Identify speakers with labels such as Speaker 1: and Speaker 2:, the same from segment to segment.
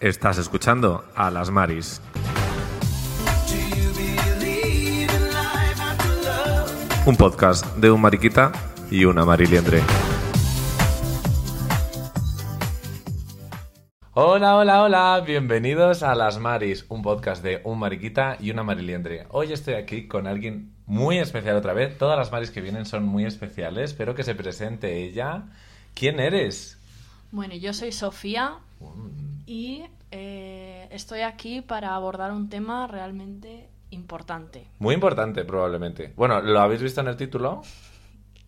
Speaker 1: Estás escuchando a las Maris. Un podcast de un mariquita y una mariliendre. Hola, hola, hola, bienvenidos a Las Maris, un podcast de un mariquita y una mariliendre. Hoy estoy aquí con alguien muy especial otra vez. Todas las maris que vienen son muy especiales. Espero que se presente ella. ¿Quién eres?
Speaker 2: Bueno, yo soy Sofía y eh, estoy aquí para abordar un tema realmente importante.
Speaker 1: Muy importante, probablemente. Bueno, ¿lo habéis visto en el título?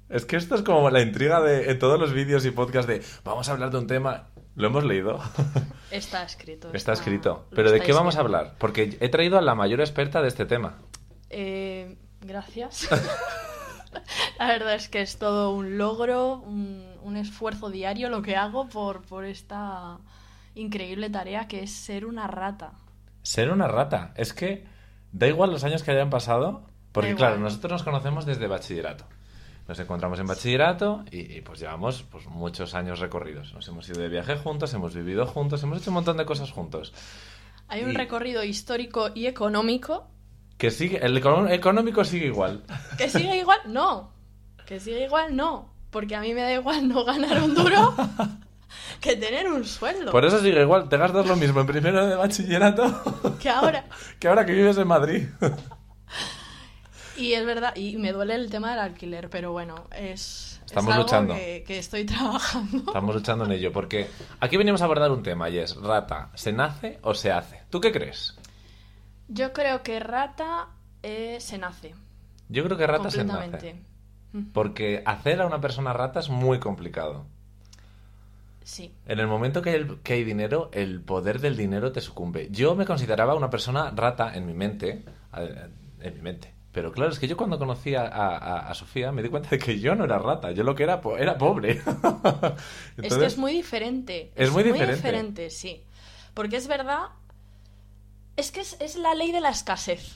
Speaker 1: Es que esto es como la intriga de en todos los vídeos y podcasts de vamos a hablar de un tema. Lo hemos leído.
Speaker 2: Está escrito.
Speaker 1: Está escrito.
Speaker 2: Ah, lo
Speaker 1: Pero ¿de qué
Speaker 2: estáis
Speaker 1: vamos a
Speaker 2: viendo.
Speaker 1: hablar? Porque he traído a la mayor experta de este tema.
Speaker 2: Eh, gracias. La verdad es que es todo un logro, un, un esfuerzo diario lo que hago por, por esta increíble tarea que es ser una rata.
Speaker 1: Ser una rata. Es que da igual los años que hayan pasado, porque
Speaker 2: Da igual.
Speaker 1: claro, nosotros nos conocemos desde bachillerato. Nos encontramos en bachillerato y, y, pues llevamos pues, muchos años recorridos. Nos hemos ido de viaje juntos, hemos vivido juntos, hemos hecho un montón de cosas juntos.
Speaker 2: Hay un
Speaker 1: Y-
Speaker 2: recorrido histórico y económico
Speaker 1: Que sigue, el econo- económico sigue igual.
Speaker 2: ¿Que sigue igual? No. ¿Que sigue igual? No. Porque a mí me da igual no ganar un duro que tener un sueldo.
Speaker 1: Por eso sigue igual. Te gastas lo mismo en primero de bachillerato
Speaker 2: Que ahora.
Speaker 1: que ahora que vives en Madrid.
Speaker 2: Y es verdad, y me duele el tema del alquiler, pero bueno, es. es
Speaker 1: Estamos
Speaker 2: algo
Speaker 1: luchando.
Speaker 2: Que, que estoy trabajando.
Speaker 1: Estamos luchando en ello, porque aquí venimos a abordar un tema y es, rata, ¿se nace o se hace? ¿Tú qué crees?
Speaker 2: Yo creo que rata eh, se nace.
Speaker 1: Yo creo que rata se nace.
Speaker 2: completamente.
Speaker 1: Porque hacer a una persona rata es muy complicado.
Speaker 2: Sí.
Speaker 1: En el momento que hay, el- que hay dinero, el poder del dinero te sucumbe. Yo me consideraba una persona rata en mi mente. a- En mi mente. Pero claro, es que yo cuando conocí a, a- a- a Sofía me di cuenta de que yo no era rata. Yo lo que era, po- era pobre.
Speaker 2: es que
Speaker 1: Entonces,
Speaker 2: es muy diferente.
Speaker 1: Es muy diferente.
Speaker 2: diferente, sí. Porque es verdad. Es que es, es la ley de la escasez.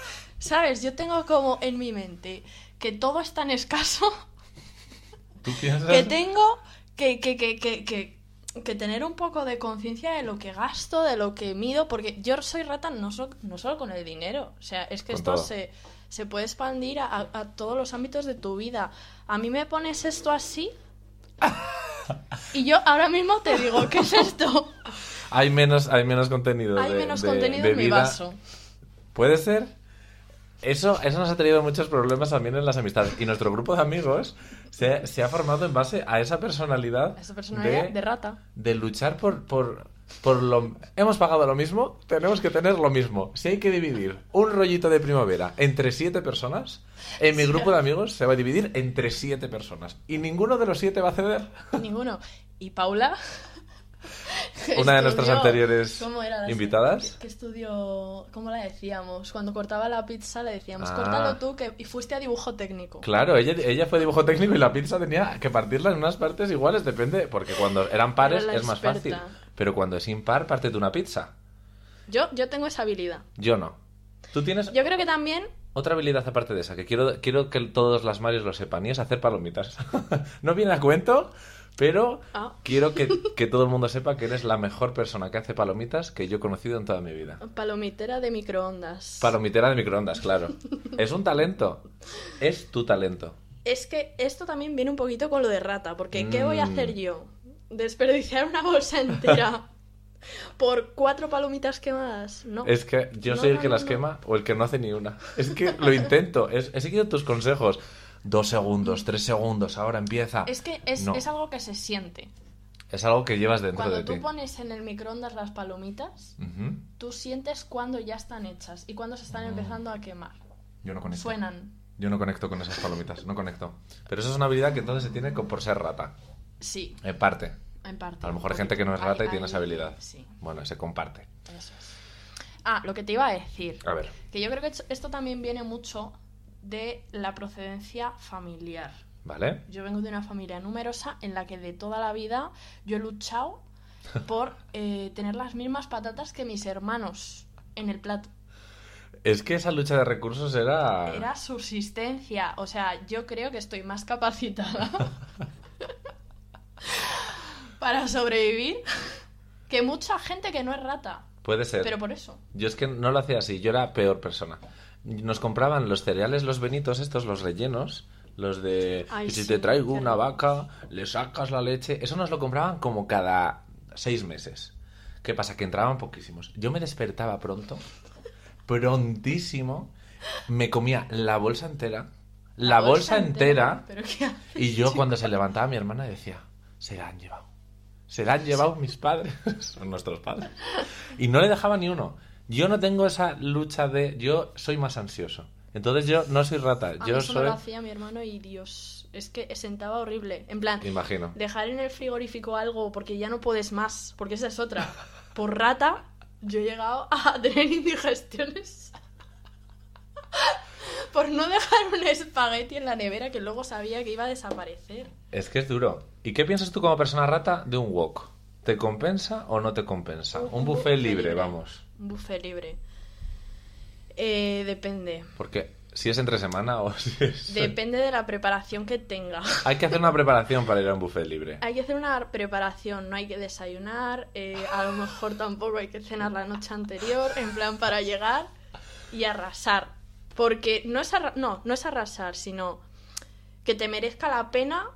Speaker 2: ¿Sabes? Yo tengo como en mi mente que todo es tan escaso
Speaker 1: ¿tú piensas?
Speaker 2: que tengo que, que, que, que, que- que tener un poco de conciencia de lo que gasto, de lo que mido, porque yo soy rata no, so- no solo con el dinero, o sea, es que
Speaker 1: Con
Speaker 2: esto
Speaker 1: todo.
Speaker 2: se, se puede expandir a, a- a todos los ámbitos de tu vida. A mí me pones esto así y yo ahora mismo te digo, ¿qué es esto?
Speaker 1: Hay menos, hay menos contenido.
Speaker 2: Hay
Speaker 1: de-
Speaker 2: menos
Speaker 1: de-
Speaker 2: contenido
Speaker 1: de
Speaker 2: en mi
Speaker 1: vida.
Speaker 2: vaso.
Speaker 1: ¿Puede ser? Eso, eso nos ha traído muchos problemas también en las amistades. Y nuestro grupo de amigos se, se ha formado en base a esa personalidad,
Speaker 2: Esa personalidad de, rata.
Speaker 1: de luchar por, por, por lo... Hemos pagado lo mismo, tenemos que tener lo mismo. Si hay que dividir un rollito de primavera entre siete personas, en mi grupo de amigos se va a dividir entre siete personas. Y ninguno de los siete va a ceder.
Speaker 2: Ninguno. Y Paula.
Speaker 1: Una de nuestras
Speaker 2: estudió-
Speaker 1: anteriores
Speaker 2: ¿cómo era la-
Speaker 1: invitadas.
Speaker 2: Que estudió. ¿Cómo la decíamos? Cuando cortaba la pizza le decíamos,
Speaker 1: Ah.
Speaker 2: córtalo tú que... y fuiste a dibujo técnico.
Speaker 1: Claro, ella, ella fue dibujo técnico y la pizza tenía que partirla en unas partes iguales, depende, porque cuando eran pares
Speaker 2: Era la
Speaker 1: es más fácil.
Speaker 2: experta.
Speaker 1: Pero cuando es impar, parte de una pizza.
Speaker 2: Yo, yo tengo esa habilidad.
Speaker 1: Yo no. Tú tienes
Speaker 2: Yo creo que también.
Speaker 1: otra habilidad aparte de esa, que quiero, quiero que todos las Marios lo sepan, y es hacer palomitas. no viene a cuento, pero
Speaker 2: Ah.
Speaker 1: quiero que, que todo el mundo sepa que eres la mejor persona que hace palomitas que yo he conocido en toda mi vida.
Speaker 2: Palomitera de microondas.
Speaker 1: Palomitera de microondas, claro. es un talento. Es tu talento.
Speaker 2: Es que esto también viene un poquito con lo de rata, porque ¿qué voy a
Speaker 1: Mm.
Speaker 2: hacer yo? Desperdiciar una bolsa entera por cuatro palomitas quemadas. No.
Speaker 1: Es que yo
Speaker 2: No,
Speaker 1: soy el
Speaker 2: no,
Speaker 1: que
Speaker 2: no,
Speaker 1: las
Speaker 2: no.
Speaker 1: quema o el que no hace ni una. Es que lo intento. Es- he seguido tus consejos. Dos segundos, tres segundos, ahora empieza.
Speaker 2: Es que es,
Speaker 1: No.
Speaker 2: es algo que se siente.
Speaker 1: Es algo que llevas dentro
Speaker 2: Cuando
Speaker 1: de ti.
Speaker 2: tú pones en el microondas las palomitas,
Speaker 1: Ujú.
Speaker 2: tú sientes cuando ya están hechas y cuando se
Speaker 1: Mm.
Speaker 2: están empezando a quemar.
Speaker 1: Yo no conecto.
Speaker 2: Suenan.
Speaker 1: Yo no conecto con esas palomitas, no conecto. Pero eso es una habilidad que entonces se tiene co- por ser rata.
Speaker 2: Sí,
Speaker 1: En parte.
Speaker 2: en parte.
Speaker 1: A lo mejor hay
Speaker 2: Porque
Speaker 1: gente que no es rata y
Speaker 2: hay-
Speaker 1: tiene esa
Speaker 2: hay-
Speaker 1: habilidad.
Speaker 2: Sí,
Speaker 1: Bueno, se comparte.
Speaker 2: eso es. Ah, lo que te iba a decir.
Speaker 1: A ver.
Speaker 2: Que yo creo que esto- esto también viene mucho de la procedencia familiar.
Speaker 1: ¿Vale?
Speaker 2: Yo vengo de una familia numerosa en la que de toda la vida yo he luchado por eh, tener las mismas patatas que mis hermanos en el plato.
Speaker 1: Es que esa lucha de recursos era...
Speaker 2: Era subsistencia. O sea, yo creo que estoy más capacitada para sobrevivir Que mucha gente que no es rata.
Speaker 1: Puede ser.
Speaker 2: Pero por eso.
Speaker 1: Yo es que no lo hacía así, yo era peor persona. Nos compraban los cereales, los benitos, estos, los rellenos, los de
Speaker 2: Ay,
Speaker 1: "Y si
Speaker 2: sí,
Speaker 1: te traigo
Speaker 2: qué
Speaker 1: una
Speaker 2: rico".
Speaker 1: vaca, le sacas la leche. Eso nos lo compraban como cada seis meses. ¿Qué pasa? Que entraban poquísimos. Yo me despertaba pronto, prontísimo, me comía la bolsa entera, la, bolsa, entera,
Speaker 2: Pero ¿qué haces?
Speaker 1: y yo cuando se levantaba mi hermana decía, se la han llevado. Se la han llevado mis padres, son nuestros padres. Y no le dejaba ni uno. Yo no tengo esa lucha de, yo soy más ansioso. Entonces yo no soy rata,
Speaker 2: A mí
Speaker 1: yo
Speaker 2: eso me
Speaker 1: soy...
Speaker 2: lo hacía mi hermano y Dios, es que sentaba horrible. En plan,
Speaker 1: Imagino.
Speaker 2: dejar en el frigorífico algo porque ya no puedes más, porque esa es otra. Por rata, yo he llegado a tener indigestiones. Por no dejar un espagueti en la nevera que luego sabía que iba a desaparecer.
Speaker 1: Es que es duro. ¿Y qué piensas tú como persona rata de un wok? ¿Te compensa o no te compensa?
Speaker 2: Un-
Speaker 1: Un
Speaker 2: un
Speaker 1: buffet
Speaker 2: buffet
Speaker 1: libre,
Speaker 2: libre.
Speaker 1: vamos.
Speaker 2: Un buffet libre. Eh, depende.
Speaker 1: Porque si es entre semana o si es...
Speaker 2: Depende de la preparación que tenga.
Speaker 1: Hay que hacer una preparación para ir a un buffet libre.
Speaker 2: Hay que hacer una preparación, no hay que desayunar, eh, a lo mejor tampoco hay que cenar la noche anterior, en plan para llegar y arrasar. Porque no es, arra- no, no es arrasar, sino que te merezca la pena,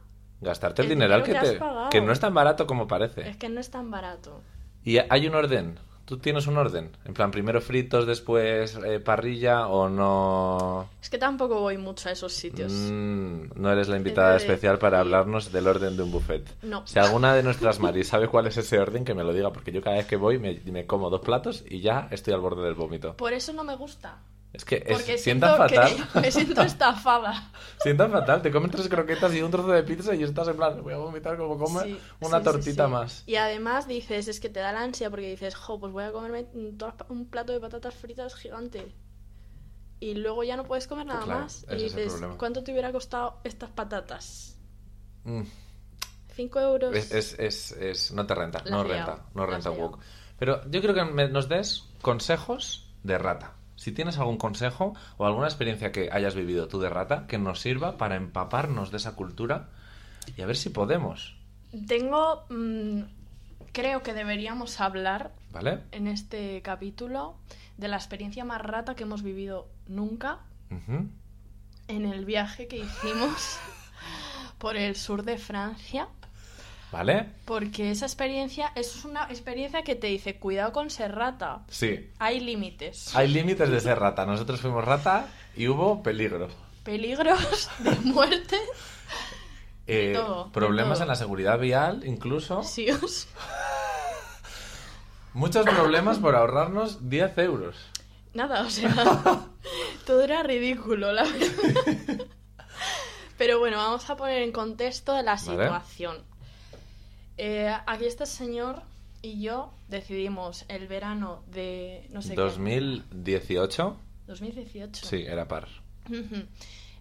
Speaker 1: Gastarte el,
Speaker 2: El
Speaker 1: dineral que,
Speaker 2: dinero que has
Speaker 1: te...
Speaker 2: pagado.
Speaker 1: que no es tan barato como parece.
Speaker 2: es que no es tan barato.
Speaker 1: ¿Y hay un orden? ¿Tú tienes un orden? En plan, primero fritos, después eh, parrilla o no...
Speaker 2: Es que tampoco voy mucho a esos sitios.
Speaker 1: Mm, no eres la invitada
Speaker 2: Es de-
Speaker 1: especial para hablarnos del orden de un buffet.
Speaker 2: No.
Speaker 1: Si alguna de nuestras Maris sabe cuál es ese orden, que me lo diga, porque yo cada vez que voy me, me como dos platos y ya estoy al borde del vómito.
Speaker 2: Por eso no me gusta.
Speaker 1: Es que es,
Speaker 2: Porque
Speaker 1: sienta
Speaker 2: siento
Speaker 1: fatal.
Speaker 2: que me siento estafada.
Speaker 1: Sienta fatal. Te comen tres croquetas y un trozo de pizza y estás en plan, voy a vomitar como come
Speaker 2: Sí,
Speaker 1: una
Speaker 2: sí, sí,
Speaker 1: tortita
Speaker 2: sí.
Speaker 1: más.
Speaker 2: Y además dices, es que te da la ansia porque dices, jo, pues voy a comerme todas pa- un plato de patatas fritas gigante. Y luego ya no puedes comer nada
Speaker 1: Claro,
Speaker 2: más.
Speaker 1: ese
Speaker 2: Y
Speaker 1: es el
Speaker 2: dices,
Speaker 1: problema.
Speaker 2: ¿cuánto te hubiera costado estas patatas?
Speaker 1: Mm.
Speaker 2: ¿Cinco euros?
Speaker 1: Es, es, es, es- no te renta,
Speaker 2: La
Speaker 1: no
Speaker 2: has liado,
Speaker 1: renta, no
Speaker 2: la has
Speaker 1: renta un
Speaker 2: liado.
Speaker 1: wok. Pero yo creo que me- nos des consejos de rata. Si tienes algún consejo o alguna experiencia que hayas vivido tú de rata que nos sirva para empaparnos de esa cultura y a ver si podemos,
Speaker 2: Tengo... mm, creo que deberíamos hablar
Speaker 1: ¿vale?
Speaker 2: en este capítulo de la experiencia más rata que hemos vivido nunca
Speaker 1: Ujú.
Speaker 2: en el viaje que hicimos por el sur de Francia.
Speaker 1: ¿Vale?
Speaker 2: Porque esa experiencia es una experiencia que te dice, cuidado con ser rata,
Speaker 1: Sí.
Speaker 2: hay límites,
Speaker 1: Hay límites de ser rata. Nosotros fuimos rata y hubo peligro.
Speaker 2: peligros de muerte,
Speaker 1: Eh,
Speaker 2: todo, de
Speaker 1: problemas
Speaker 2: todo.
Speaker 1: en la seguridad vial, incluso.
Speaker 2: sí, os-
Speaker 1: Muchos problemas por ahorrarnos 10 euros.
Speaker 2: nada, o sea, todo era ridículo, la verdad. Pero bueno, vamos a poner en contexto la
Speaker 1: Vale.
Speaker 2: situación. Eh, aquí este señor y yo decidimos el verano de, no sé qué,
Speaker 1: 2018.
Speaker 2: 2018.
Speaker 1: Sí, era par.
Speaker 2: Ujú.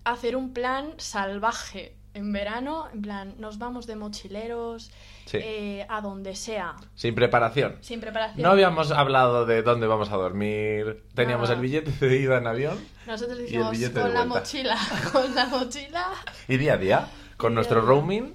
Speaker 2: hacer un plan salvaje en verano, en plan, nos vamos de mochileros
Speaker 1: Sí.
Speaker 2: eh, a donde sea,
Speaker 1: Sin preparación.
Speaker 2: sin preparación.
Speaker 1: No habíamos hablado de dónde vamos a dormir. Teníamos
Speaker 2: Nada.
Speaker 1: el billete de ida en avión
Speaker 2: Nosotros
Speaker 1: y el
Speaker 2: dijimos,
Speaker 1: billete de
Speaker 2: con la
Speaker 1: vuelta".
Speaker 2: mochila, con la mochila.
Speaker 1: y día a día, con
Speaker 2: Día
Speaker 1: nuestro
Speaker 2: a día.
Speaker 1: roaming,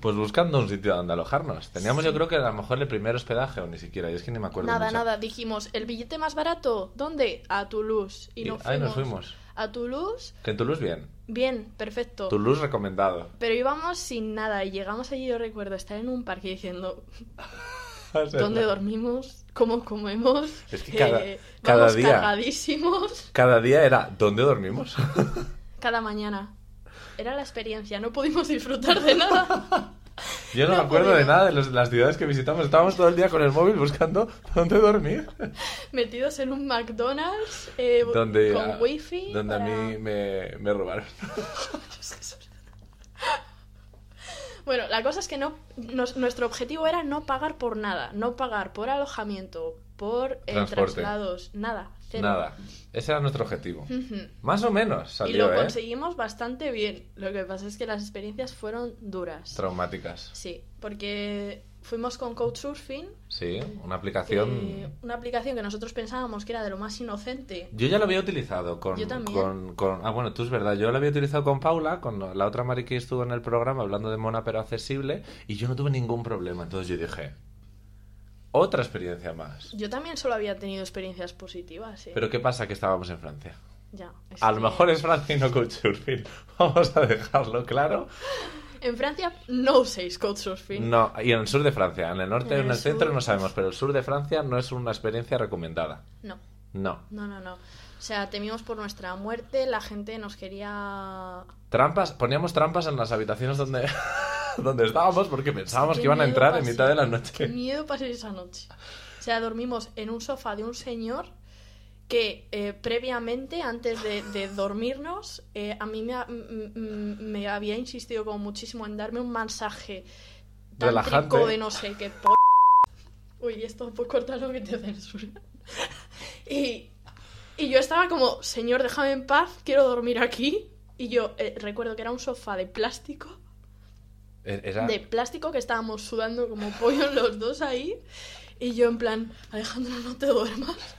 Speaker 1: pues buscando un sitio donde alojarnos. Teníamos,
Speaker 2: Sí.
Speaker 1: yo creo que a lo mejor el primer hospedaje o ni siquiera, y es que ni me acuerdo.
Speaker 2: Nada,
Speaker 1: mucho.
Speaker 2: nada, dijimos, el billete más barato, ¿dónde? A Toulouse. Y,
Speaker 1: Y
Speaker 2: nos,
Speaker 1: ahí
Speaker 2: fuimos.
Speaker 1: nos fuimos.
Speaker 2: A Toulouse,
Speaker 1: Que en Toulouse, bien.
Speaker 2: bien, perfecto.
Speaker 1: Toulouse recomendado.
Speaker 2: Pero íbamos sin nada y llegamos allí, yo recuerdo estar en un parque diciendo,
Speaker 1: O sea,
Speaker 2: ¿dónde dormimos? ¿Cómo comemos?
Speaker 1: Es que cada-
Speaker 2: Eh,
Speaker 1: cada
Speaker 2: vamos
Speaker 1: día.
Speaker 2: cargadísimos.
Speaker 1: Cada día era, ¿dónde dormimos?
Speaker 2: cada mañana. Era la experiencia, no pudimos disfrutar de nada.
Speaker 1: Yo no,
Speaker 2: No
Speaker 1: me acuerdo de
Speaker 2: podía.
Speaker 1: nada de los- las ciudades que visitamos. Estábamos todo el día con el móvil buscando dónde dormir.
Speaker 2: Metidos en un McDonald's eh,
Speaker 1: donde
Speaker 2: con
Speaker 1: a,
Speaker 2: wifi.
Speaker 1: donde
Speaker 2: para-
Speaker 1: a mí me, me robaron.
Speaker 2: Bueno, la cosa es que no nos- nuestro objetivo era no pagar por nada, no pagar por alojamiento, por eh,
Speaker 1: Transporte.
Speaker 2: traslados, nada, cero.
Speaker 1: Nada. Ese era nuestro objetivo.
Speaker 2: Ujú.
Speaker 1: Más o menos
Speaker 2: Mm. y
Speaker 1: salió,
Speaker 2: lo
Speaker 1: ¿eh?
Speaker 2: conseguimos bastante bien. Lo que pasa es que las experiencias fueron duras.
Speaker 1: Traumáticas.
Speaker 2: Sí, porque fuimos con Couchsurfing,
Speaker 1: Sí, una
Speaker 2: eh,
Speaker 1: aplicación.
Speaker 2: una aplicación que nosotros pensábamos que era de lo más inocente
Speaker 1: Yo ya lo había utilizado con,
Speaker 2: Yo también.
Speaker 1: con, con- Ah, bueno, tú es verdad. Yo lo había utilizado con Paula, con la otra Mari que estuvo en el programa hablando de Mona pero accesible, y yo no tuve ningún problema. Entonces yo dije, Otra experiencia más.
Speaker 2: Yo también solo había tenido experiencias positivas, ¿eh?
Speaker 1: Pero ¿qué pasa que estábamos en Francia?
Speaker 2: ya. es
Speaker 1: A lo
Speaker 2: que-
Speaker 1: mejor es Francia y no couchsurfing. Vamos a dejarlo claro.
Speaker 2: En Francia no uséis couchsurfing.
Speaker 1: No, y en el sur de Francia. En el norte,
Speaker 2: En
Speaker 1: en
Speaker 2: el
Speaker 1: el centro
Speaker 2: sur.
Speaker 1: no sabemos, pero el sur de Francia no es una experiencia recomendada.
Speaker 2: No,
Speaker 1: No.
Speaker 2: no, no, no. O sea, temimos por nuestra muerte, la gente nos quería...
Speaker 1: Trampas, poníamos trampas en las habitaciones donde, donde estábamos porque pensábamos
Speaker 2: Qué
Speaker 1: que iban a
Speaker 2: miedo
Speaker 1: entrar en
Speaker 2: pasé-
Speaker 1: mitad de la
Speaker 2: Qué
Speaker 1: noche.
Speaker 2: miedo pasé esa noche. O sea, dormimos en un sofá de un señor que eh, previamente, antes de, de dormirnos, eh, a mí me, ha- m- m- me había insistido como muchísimo en darme un masaje tántrico
Speaker 1: Relajante.
Speaker 2: de no sé qué por... Uy, esto puedo cortar lo que te censura. y, y yo estaba como, señor, déjame en paz, quiero dormir aquí. Y yo eh, recuerdo que era un sofá de plástico
Speaker 1: E-, Era-
Speaker 2: de plástico que estábamos sudando como pollo los dos ahí. Y yo en plan, Alejandro, no te duermas.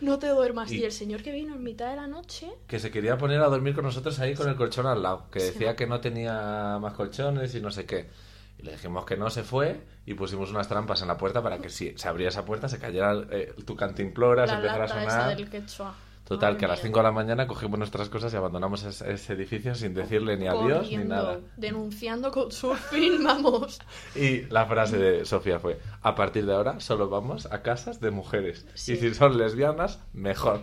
Speaker 2: No te duermas.
Speaker 1: Y-
Speaker 2: Y, el señor que vino en mitad de la noche,
Speaker 1: que se quería poner a dormir con nosotros ahí con el colchón al lado, que
Speaker 2: Sí.
Speaker 1: decía que no tenía más colchones y no sé qué. Y le dijimos que no, se fue y pusimos unas trampas en la puerta para que si se abría esa puerta se cayera eh, tu cantimplora, se
Speaker 2: la
Speaker 1: empezara a
Speaker 2: lata esa
Speaker 1: sonar.
Speaker 2: del quechua.
Speaker 1: Total,
Speaker 2: Madre
Speaker 1: que a las
Speaker 2: mía.
Speaker 1: 5 de la mañana cogimos nuestras cosas y abandonamos es- ese, edificio sin decirle ni adiós ni
Speaker 2: Corriendo,
Speaker 1: nada.
Speaker 2: Denunciando con surfing, vamos.
Speaker 1: Y la frase de Sofía fue, a partir de ahora solo vamos a casas de mujeres. Y
Speaker 2: Sí.
Speaker 1: si son lesbianas, mejor.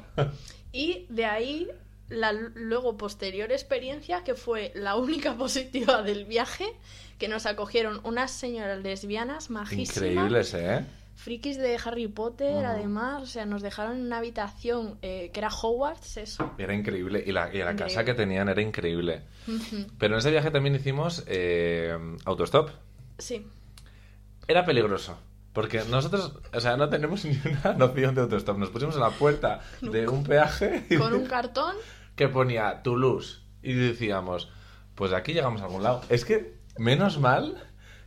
Speaker 2: Y de ahí, la luego posterior experiencia, que fue la única positiva del viaje, que nos acogieron unas señoras lesbianas majísimas.
Speaker 1: Increíbles, ¿eh?
Speaker 2: frikis de Harry Potter,
Speaker 1: Ujú.
Speaker 2: además, o sea, nos dejaron en una habitación eh, que era Hogwarts, eso.
Speaker 1: Era increíble. Y la, y la
Speaker 2: Increíble.
Speaker 1: casa que tenían era increíble. Pero en ese viaje también hicimos eh, autostop.
Speaker 2: sí,
Speaker 1: Era peligroso. Porque nosotros, o sea, no tenemos ni una noción de autostop. Nos pusimos en la puerta de un peaje y-
Speaker 2: con un cartón,
Speaker 1: que ponía Toulouse. Y decíamos, pues de aquí llegamos a algún lado. Es que, menos mal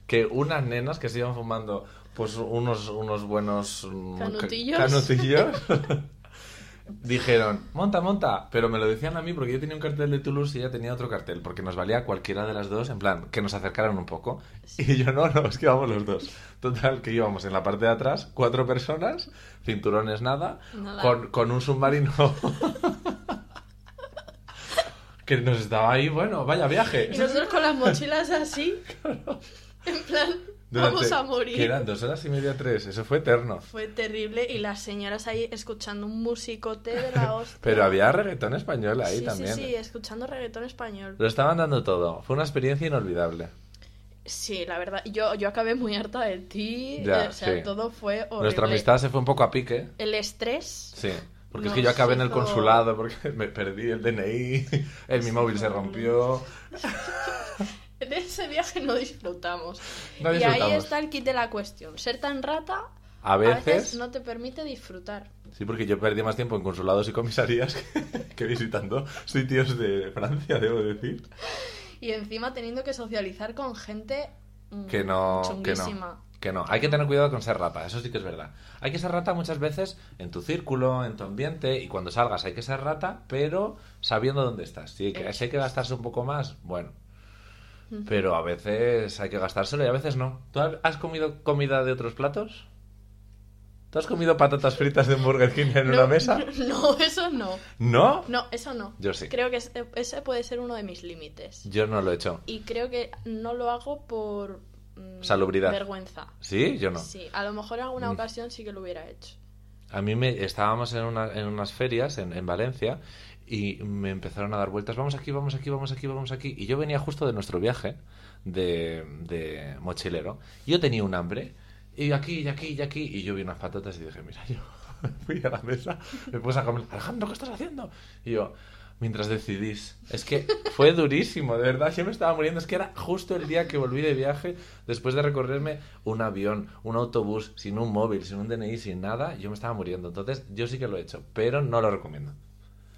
Speaker 1: que unas nenas que se iban fumando pues unos, unos buenos mm, ca-
Speaker 2: Canutillos.
Speaker 1: canutillos, dijeron, monta, monta. Pero me lo decían a mí porque yo tenía un cartel de Toulouse y ella tenía otro cartel. Porque nos valía cualquiera de las dos, en plan, que nos acercaran un poco. Y yo, no, no, es que íbamos los dos. Total, que íbamos en la parte de atrás, cuatro personas, cinturones nada,
Speaker 2: Nada.
Speaker 1: Con, con un submarino que nos estaba ahí, bueno, vaya viaje.
Speaker 2: y nosotros con las mochilas así, en plan, vamos
Speaker 1: Durante-
Speaker 2: a morir.
Speaker 1: Que eran dos horas y media, tres. Eso fue eterno.
Speaker 2: Fue terrible, y las señoras ahí escuchando un musicote de la hostia.
Speaker 1: Pero había reggaetón español ahí
Speaker 2: sí,
Speaker 1: también. ¿eh?
Speaker 2: Sí, eh. sí, escuchando reggaetón español.
Speaker 1: Lo estaban dando todo. Fue una experiencia inolvidable.
Speaker 2: Sí, la verdad, yo, yo acabé muy harta de ti,
Speaker 1: Ya,
Speaker 2: eh, o sea,
Speaker 1: sí.
Speaker 2: todo fue horrible.
Speaker 1: Nuestra amistad se fue un poco a pique.
Speaker 2: El estrés...
Speaker 1: Sí. Porque es
Speaker 2: Nos
Speaker 1: que yo acabé en el
Speaker 2: hizo-
Speaker 1: consulado porque me perdí el DNI, el, mi móvil se rompió.
Speaker 2: En ese viaje no disfrutamos.
Speaker 1: No
Speaker 2: y
Speaker 1: disfrutamos.
Speaker 2: ahí está el kit de la cuestión. Ser tan rata
Speaker 1: A
Speaker 2: a veces,
Speaker 1: veces
Speaker 2: no te permite disfrutar.
Speaker 1: Sí, porque yo perdí más tiempo en consulados y comisarías que, que visitando sitios de Francia, debo decir.
Speaker 2: Y encima teniendo que socializar con gente mm,
Speaker 1: Que no, que no.
Speaker 2: chunguísima.
Speaker 1: Que no. Hay que tener cuidado con ser rata, eso sí que es verdad. Hay que ser rata muchas veces en tu círculo, en tu ambiente, y cuando salgas hay que ser rata, pero sabiendo dónde estás. Si hay que, si hay que gastarse un poco más, bueno. Pero a veces hay que gastárselo y a veces no. ¿Tú has- has comido comida de otros platos? ¿Tú has comido patatas fritas de un Burger King en una
Speaker 2: No,
Speaker 1: mesa?
Speaker 2: No, eso no.
Speaker 1: ¿No?
Speaker 2: No, eso no.
Speaker 1: Yo sí.
Speaker 2: Creo que es- e, ese puede ser uno de mis límites.
Speaker 1: Yo no lo he hecho.
Speaker 2: Y creo que no lo hago por... mm,
Speaker 1: Salubridad.
Speaker 2: Vergüenza.
Speaker 1: ¿Sí? Yo no.
Speaker 2: Sí, a lo mejor en alguna
Speaker 1: Mm.
Speaker 2: ocasión sí que lo hubiera hecho.
Speaker 1: A mí me estábamos en, una- en unas ferias en, en Valencia y me empezaron a dar vueltas, vamos aquí, vamos aquí, vamos aquí, vamos aquí. Y yo venía justo de nuestro viaje de, de mochilero. Yo tenía un hambre y aquí, y aquí, y aquí. Y yo vi unas patatas y dije, mira, yo fui a la mesa, me puse a comer, Alejandro, ¿qué estás haciendo? Y yo, mientras decidís, es que fue durísimo, de verdad, yo me estaba muriendo. Es que era justo el día que volví de viaje, después de recorrerme un avión, un autobús, sin un móvil, sin un DNI, sin nada, yo me estaba muriendo. Entonces, yo sí que lo he hecho, pero no lo recomiendo.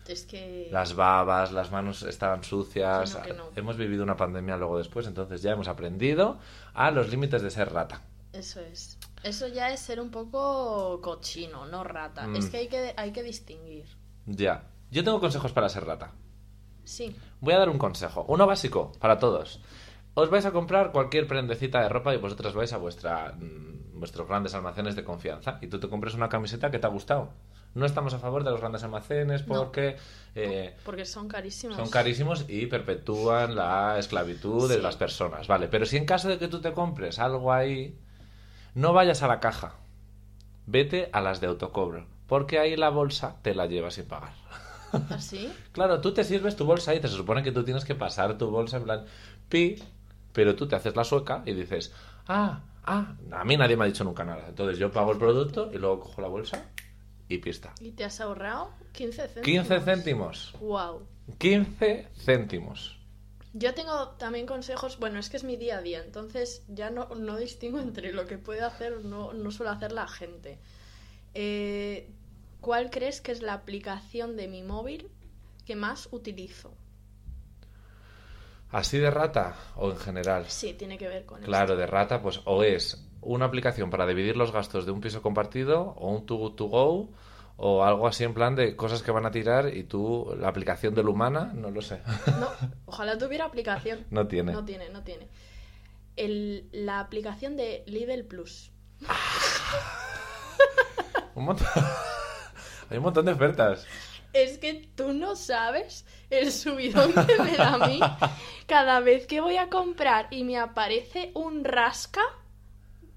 Speaker 2: Es que...
Speaker 1: Las babas, las manos estaban sucias.
Speaker 2: Que no, que no.
Speaker 1: Hemos vivido una pandemia luego después, entonces ya hemos aprendido a los límites de ser rata.
Speaker 2: Eso es. Eso ya es ser un poco cochino, no rata.
Speaker 1: Mm.
Speaker 2: Es que hay, que hay que distinguir.
Speaker 1: Ya. Yo tengo consejos para ser rata.
Speaker 2: Sí.
Speaker 1: Voy a dar un consejo, uno básico para todos. Os vais a comprar cualquier prendecita de ropa y vosotras vais a vuestra mm, vuestros grandes almacenes de confianza y tú te compres una camiseta que te ha gustado. No estamos a favor de los grandes almacenes
Speaker 2: No.
Speaker 1: porque eh,
Speaker 2: oh, Porque son carísimos.
Speaker 1: son carísimos y perpetúan la esclavitud de
Speaker 2: Sí.
Speaker 1: las personas, ¿vale? Pero si en caso de que tú te compres algo ahí, no vayas a la caja, vete a las de autocobro, porque ahí la bolsa te la llevas sin pagar.
Speaker 2: ¿Así?
Speaker 1: Claro, tú te sirves tu bolsa y te se supone que tú tienes que pasar tu bolsa en plan pi, pero tú te haces la sueca y dices, ah, ah, a mí nadie me ha dicho nunca nada. Entonces yo pago el producto y luego cojo la bolsa y pista.
Speaker 2: ¿Y te has ahorrado 15 céntimos?
Speaker 1: 15 céntimos.
Speaker 2: Wow.
Speaker 1: 15 céntimos.
Speaker 2: Yo tengo también consejos, bueno, es que es mi día a día, entonces ya no, no distingo entre lo que puede hacer o no, no suele hacer la gente. Eh, ¿Cuál crees que es la aplicación de mi móvil que más utilizo?
Speaker 1: ¿Así de rata o en general?
Speaker 2: Sí, tiene que ver con
Speaker 1: Claro, de rata, pues o es una aplicación para dividir los gastos de un piso compartido o un Too Good To Go o algo así en plan de cosas que van a tirar y tú, la aplicación del humana, no lo sé.
Speaker 2: esto. No, ojalá tuviera aplicación.
Speaker 1: No tiene.
Speaker 2: No tiene, no tiene. El- la aplicación de Lidl Plus.
Speaker 1: Un montón. Hay un montón de ofertas.
Speaker 2: Es que tú no sabes el subidón que me da a mí cada vez que voy a comprar y me aparece un rasca.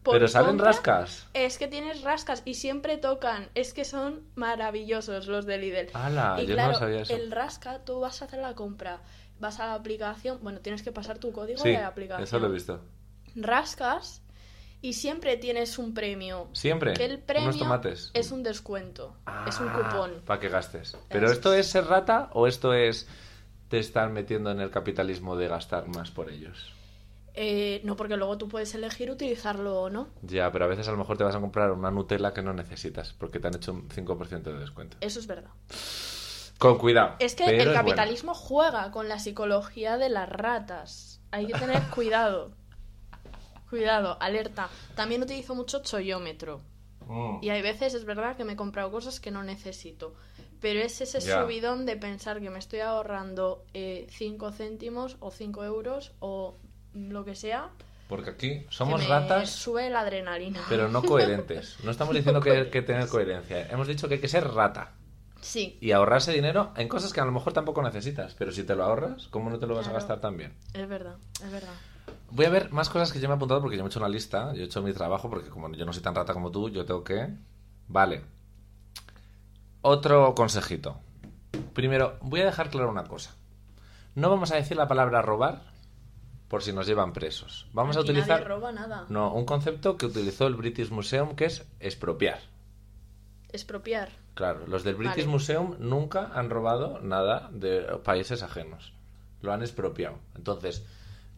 Speaker 2: por
Speaker 1: Pero salen
Speaker 2: compra.
Speaker 1: rascas.
Speaker 2: Es que tienes rascas y siempre tocan. Es que son maravillosos los de Lidl.
Speaker 1: ¡Hala!
Speaker 2: y
Speaker 1: Ah, Yo
Speaker 2: claro,
Speaker 1: no sabía eso.
Speaker 2: el rasca, tú vas a hacer la compra, vas a la aplicación, bueno, tienes que pasar tu código
Speaker 1: Sí,
Speaker 2: de la aplicación.
Speaker 1: eso lo he visto.
Speaker 2: Rascas y siempre tienes un premio.
Speaker 1: Siempre.
Speaker 2: Que el premio
Speaker 1: Unos tomates. Ah.
Speaker 2: es un descuento, es un cupón.
Speaker 1: Para que gastes. Pero
Speaker 2: Eso
Speaker 1: esto
Speaker 2: es.
Speaker 1: es ser rata o esto es te están metiendo en el capitalismo de gastar más por ellos.
Speaker 2: Eh, no, porque luego tú puedes elegir utilizarlo o no.
Speaker 1: Ya, pero a veces a lo mejor te vas a comprar una Nutella que no necesitas porque te han hecho un 5% de descuento.
Speaker 2: Eso es verdad.
Speaker 1: Con cuidado.
Speaker 2: Es que
Speaker 1: pero
Speaker 2: el
Speaker 1: es bueno.
Speaker 2: capitalismo juega con la psicología de las ratas. Hay que tener cuidado. Cuidado, alerta. También utilizo mucho chollómetro.
Speaker 1: Mm.
Speaker 2: Y hay veces, es verdad, que me he comprado cosas que no necesito. Pero es ese
Speaker 1: Ya.
Speaker 2: subidón de pensar que me estoy ahorrando 5 céntimos o 5 euros o lo que sea.
Speaker 1: Porque aquí
Speaker 2: que
Speaker 1: somos
Speaker 2: me
Speaker 1: ratas
Speaker 2: Sube la adrenalina.
Speaker 1: Pero no coherentes. No estamos diciendo que hay que tener coherencia. Hemos dicho que hay que ser rata
Speaker 2: Sí,
Speaker 1: y ahorrarse dinero en cosas que a lo mejor tampoco necesitas. Pero si te lo ahorras, ¿cómo no te lo vas a
Speaker 2: Claro.
Speaker 1: gastar también?
Speaker 2: es verdad, es verdad.
Speaker 1: Voy a ver más cosas que yo me he apuntado porque yo me he hecho una lista. Yo he hecho mi trabajo porque como yo no soy tan rata como tú, yo tengo que... Vale. Otro consejito. Primero, voy a dejar claro una cosa. No vamos a decir la palabra robar por si nos llevan presos. Vamos a
Speaker 2: Aquí nadie
Speaker 1: utilizar...
Speaker 2: roba nada.
Speaker 1: No, un concepto que utilizó el British Museum que es expropiar.
Speaker 2: Expropiar.
Speaker 1: Claro, los del British
Speaker 2: Vale.
Speaker 1: Museum nunca han robado nada de países ajenos. Lo han expropiado. Entonces,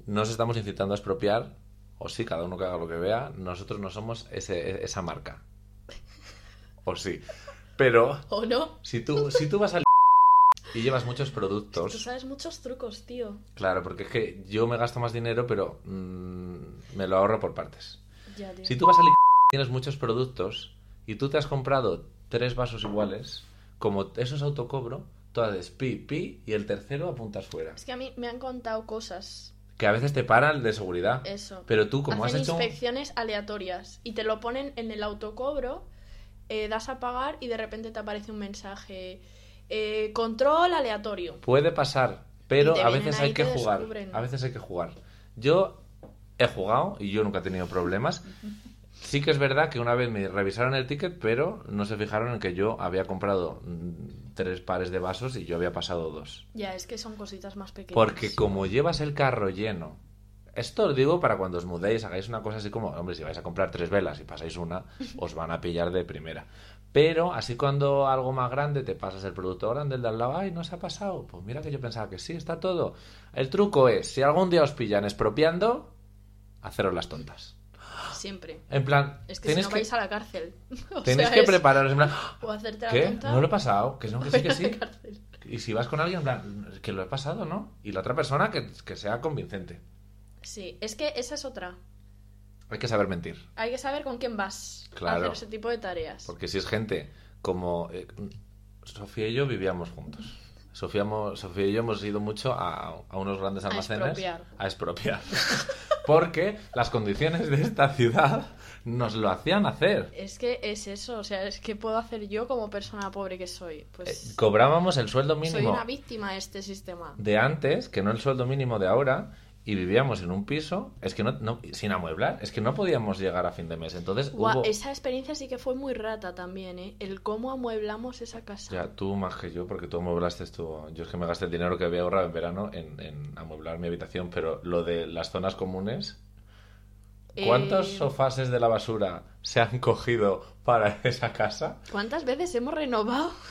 Speaker 1: no nos estamos incitando a expropiar, o sí, cada uno que haga lo que vea, nosotros no somos ese- esa marca. O sí. Pero
Speaker 2: ¿O no?
Speaker 1: si tú, si tú vas al y llevas muchos
Speaker 2: Tú
Speaker 1: productos,
Speaker 2: sabes muchos trucos, tío.
Speaker 1: claro, porque es que yo me gasto más dinero, pero mm, me lo ahorro por partes.
Speaker 2: Ya, tío.
Speaker 1: Si tú vas al Ikea, tienes muchos productos y tú te has comprado tres vasos iguales, como eso es autocobro, tú haces pi, pi y el tercero apuntas fuera.
Speaker 2: Es que a mí me han contado cosas.
Speaker 1: Que a veces te paran de seguridad.
Speaker 2: Eso.
Speaker 1: Pero tú, como
Speaker 2: Hacen
Speaker 1: has hecho un-
Speaker 2: inspecciones aleatorias y te lo ponen en el autocobro, eh, das a pagar y de repente te aparece un mensaje. eh, control aleatorio.
Speaker 1: Puede pasar, pero
Speaker 2: Y te
Speaker 1: a
Speaker 2: vienen
Speaker 1: veces
Speaker 2: ahí
Speaker 1: hay
Speaker 2: y
Speaker 1: que
Speaker 2: te
Speaker 1: jugar.
Speaker 2: descubren.
Speaker 1: A veces hay que jugar. Yo he jugado y yo nunca he tenido problemas. Sí que es verdad que una vez me revisaron el ticket, pero no se fijaron en que yo había comprado mm, tres pares de vasos y yo había pasado dos.
Speaker 2: Ya, es que son cositas más pequeñas.
Speaker 1: Porque como llevas el carro lleno, esto os digo para cuando os mudéis, hagáis una cosa así como, hombre, si vais a comprar tres velas y pasáis una, os van a pillar de primera. Pero así cuando algo más grande te pasas el producto grande, el de al lado, ay, no se ha pasado. Pues mira que yo pensaba que sí, está todo. El truco es, si algún día os pillan expropiando, haceros las tontas.
Speaker 2: Siempre.
Speaker 1: En plan,
Speaker 2: Es que si
Speaker 1: tenéis
Speaker 2: no vais a la cárcel. O
Speaker 1: tenéis
Speaker 2: sea,
Speaker 1: que
Speaker 2: es-
Speaker 1: prepararos. En plan,
Speaker 2: O hacerte la
Speaker 1: ¿qué?
Speaker 2: tonta.
Speaker 1: ¿No lo he pasado? Que no, que sí,
Speaker 2: o ir
Speaker 1: que
Speaker 2: a la
Speaker 1: sí.
Speaker 2: cárcel.
Speaker 1: Y si vas con alguien, en plan, que lo he pasado, ¿no? Y la otra persona que, que sea convincente.
Speaker 2: Sí, es que esa es otra.
Speaker 1: Hay que saber mentir.
Speaker 2: Hay que saber con quién vas a
Speaker 1: Claro.
Speaker 2: hacer ese tipo de tareas.
Speaker 1: Porque si es gente como... eh, Sofía y yo vivíamos juntos. Sofía, mo- Sofía y yo hemos ido mucho a, a unos grandes
Speaker 2: A
Speaker 1: almacenes
Speaker 2: expropiar.
Speaker 1: a expropiar. Porque las condiciones de esta ciudad nos lo hacían hacer.
Speaker 2: Es que es eso, o sea, es que puedo hacer yo como persona pobre que soy.
Speaker 1: Eh,
Speaker 2: Pues
Speaker 1: Cobrábamos el sueldo mínimo.
Speaker 2: soy una víctima de este sistema.
Speaker 1: de antes, que no el sueldo mínimo de ahora, y vivíamos en un piso, es que no, no- sin amueblar, es que no podíamos llegar a fin de mes. Entonces
Speaker 2: Guau,
Speaker 1: hubo.
Speaker 2: esa experiencia sí que fue muy rata también, ¿eh? El cómo amueblamos esa casa.
Speaker 1: Ya, tú más que yo, porque tú amueblaste tú. Yo es que me gasté el dinero que había ahorrado en verano en, en amueblar mi habitación, pero lo de las zonas comunes. ¿Cuántos
Speaker 2: Eh,
Speaker 1: sofases de la basura se han cogido para esa casa?
Speaker 2: ¿Cuántas veces hemos renovado?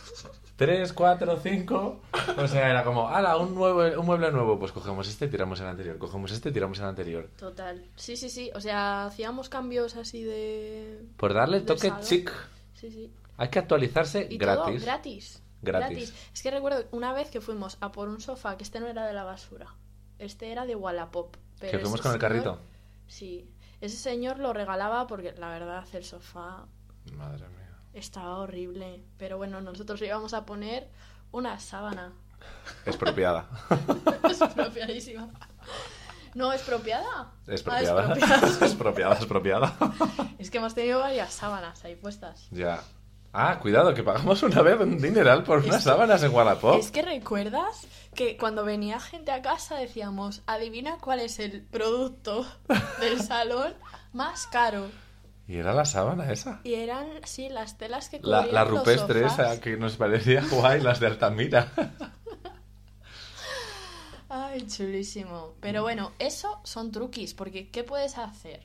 Speaker 1: ¿Tres, cuatro, cinco? O sea, era como, ala, un, nuevo, un mueble nuevo. Pues cogemos este, tiramos el anterior. Cogemos este, tiramos el anterior.
Speaker 2: Total. Sí, sí, sí. O sea, hacíamos cambios así de.
Speaker 1: Por darle
Speaker 2: Del
Speaker 1: toque
Speaker 2: salón.
Speaker 1: chic.
Speaker 2: Sí, sí.
Speaker 1: Hay que actualizarse
Speaker 2: Y todo
Speaker 1: gratis.
Speaker 2: gratis.
Speaker 1: Gratis.
Speaker 2: Es que recuerdo una vez que fuimos a por un sofá, que este no era de la basura. Este era de Wallapop. Pero
Speaker 1: que fuimos
Speaker 2: ese
Speaker 1: con el
Speaker 2: señor-
Speaker 1: carrito.
Speaker 2: Sí. Ese señor lo regalaba porque, la verdad, el sofá
Speaker 1: Madre mía.
Speaker 2: estaba horrible. Pero bueno, nosotros le íbamos a poner una sábana.
Speaker 1: Expropiada.
Speaker 2: Expropiadísima. No, expropiada.
Speaker 1: Expropiada.
Speaker 2: Ah,
Speaker 1: Expropiada,
Speaker 2: expropiada.
Speaker 1: expropiada.
Speaker 2: es que hemos tenido varias sábanas ahí puestas.
Speaker 1: Ya. Ah, cuidado, que pagamos una vez un dineral por unas
Speaker 2: Es-
Speaker 1: sábanas en Wallapop.
Speaker 2: Es que recuerdas que cuando venía gente a casa decíamos, adivina cuál es el producto del salón más caro.
Speaker 1: Y era la sábana esa.
Speaker 2: Y eran, sí, las telas que
Speaker 1: La,
Speaker 2: cubrían
Speaker 1: la
Speaker 2: los
Speaker 1: rupestre
Speaker 2: sofás.
Speaker 1: esa que nos parecía guay, las de Altamira.
Speaker 2: Ay, chulísimo.
Speaker 1: Mm.
Speaker 2: Pero bueno, eso son truquis, porque ¿qué puedes hacer?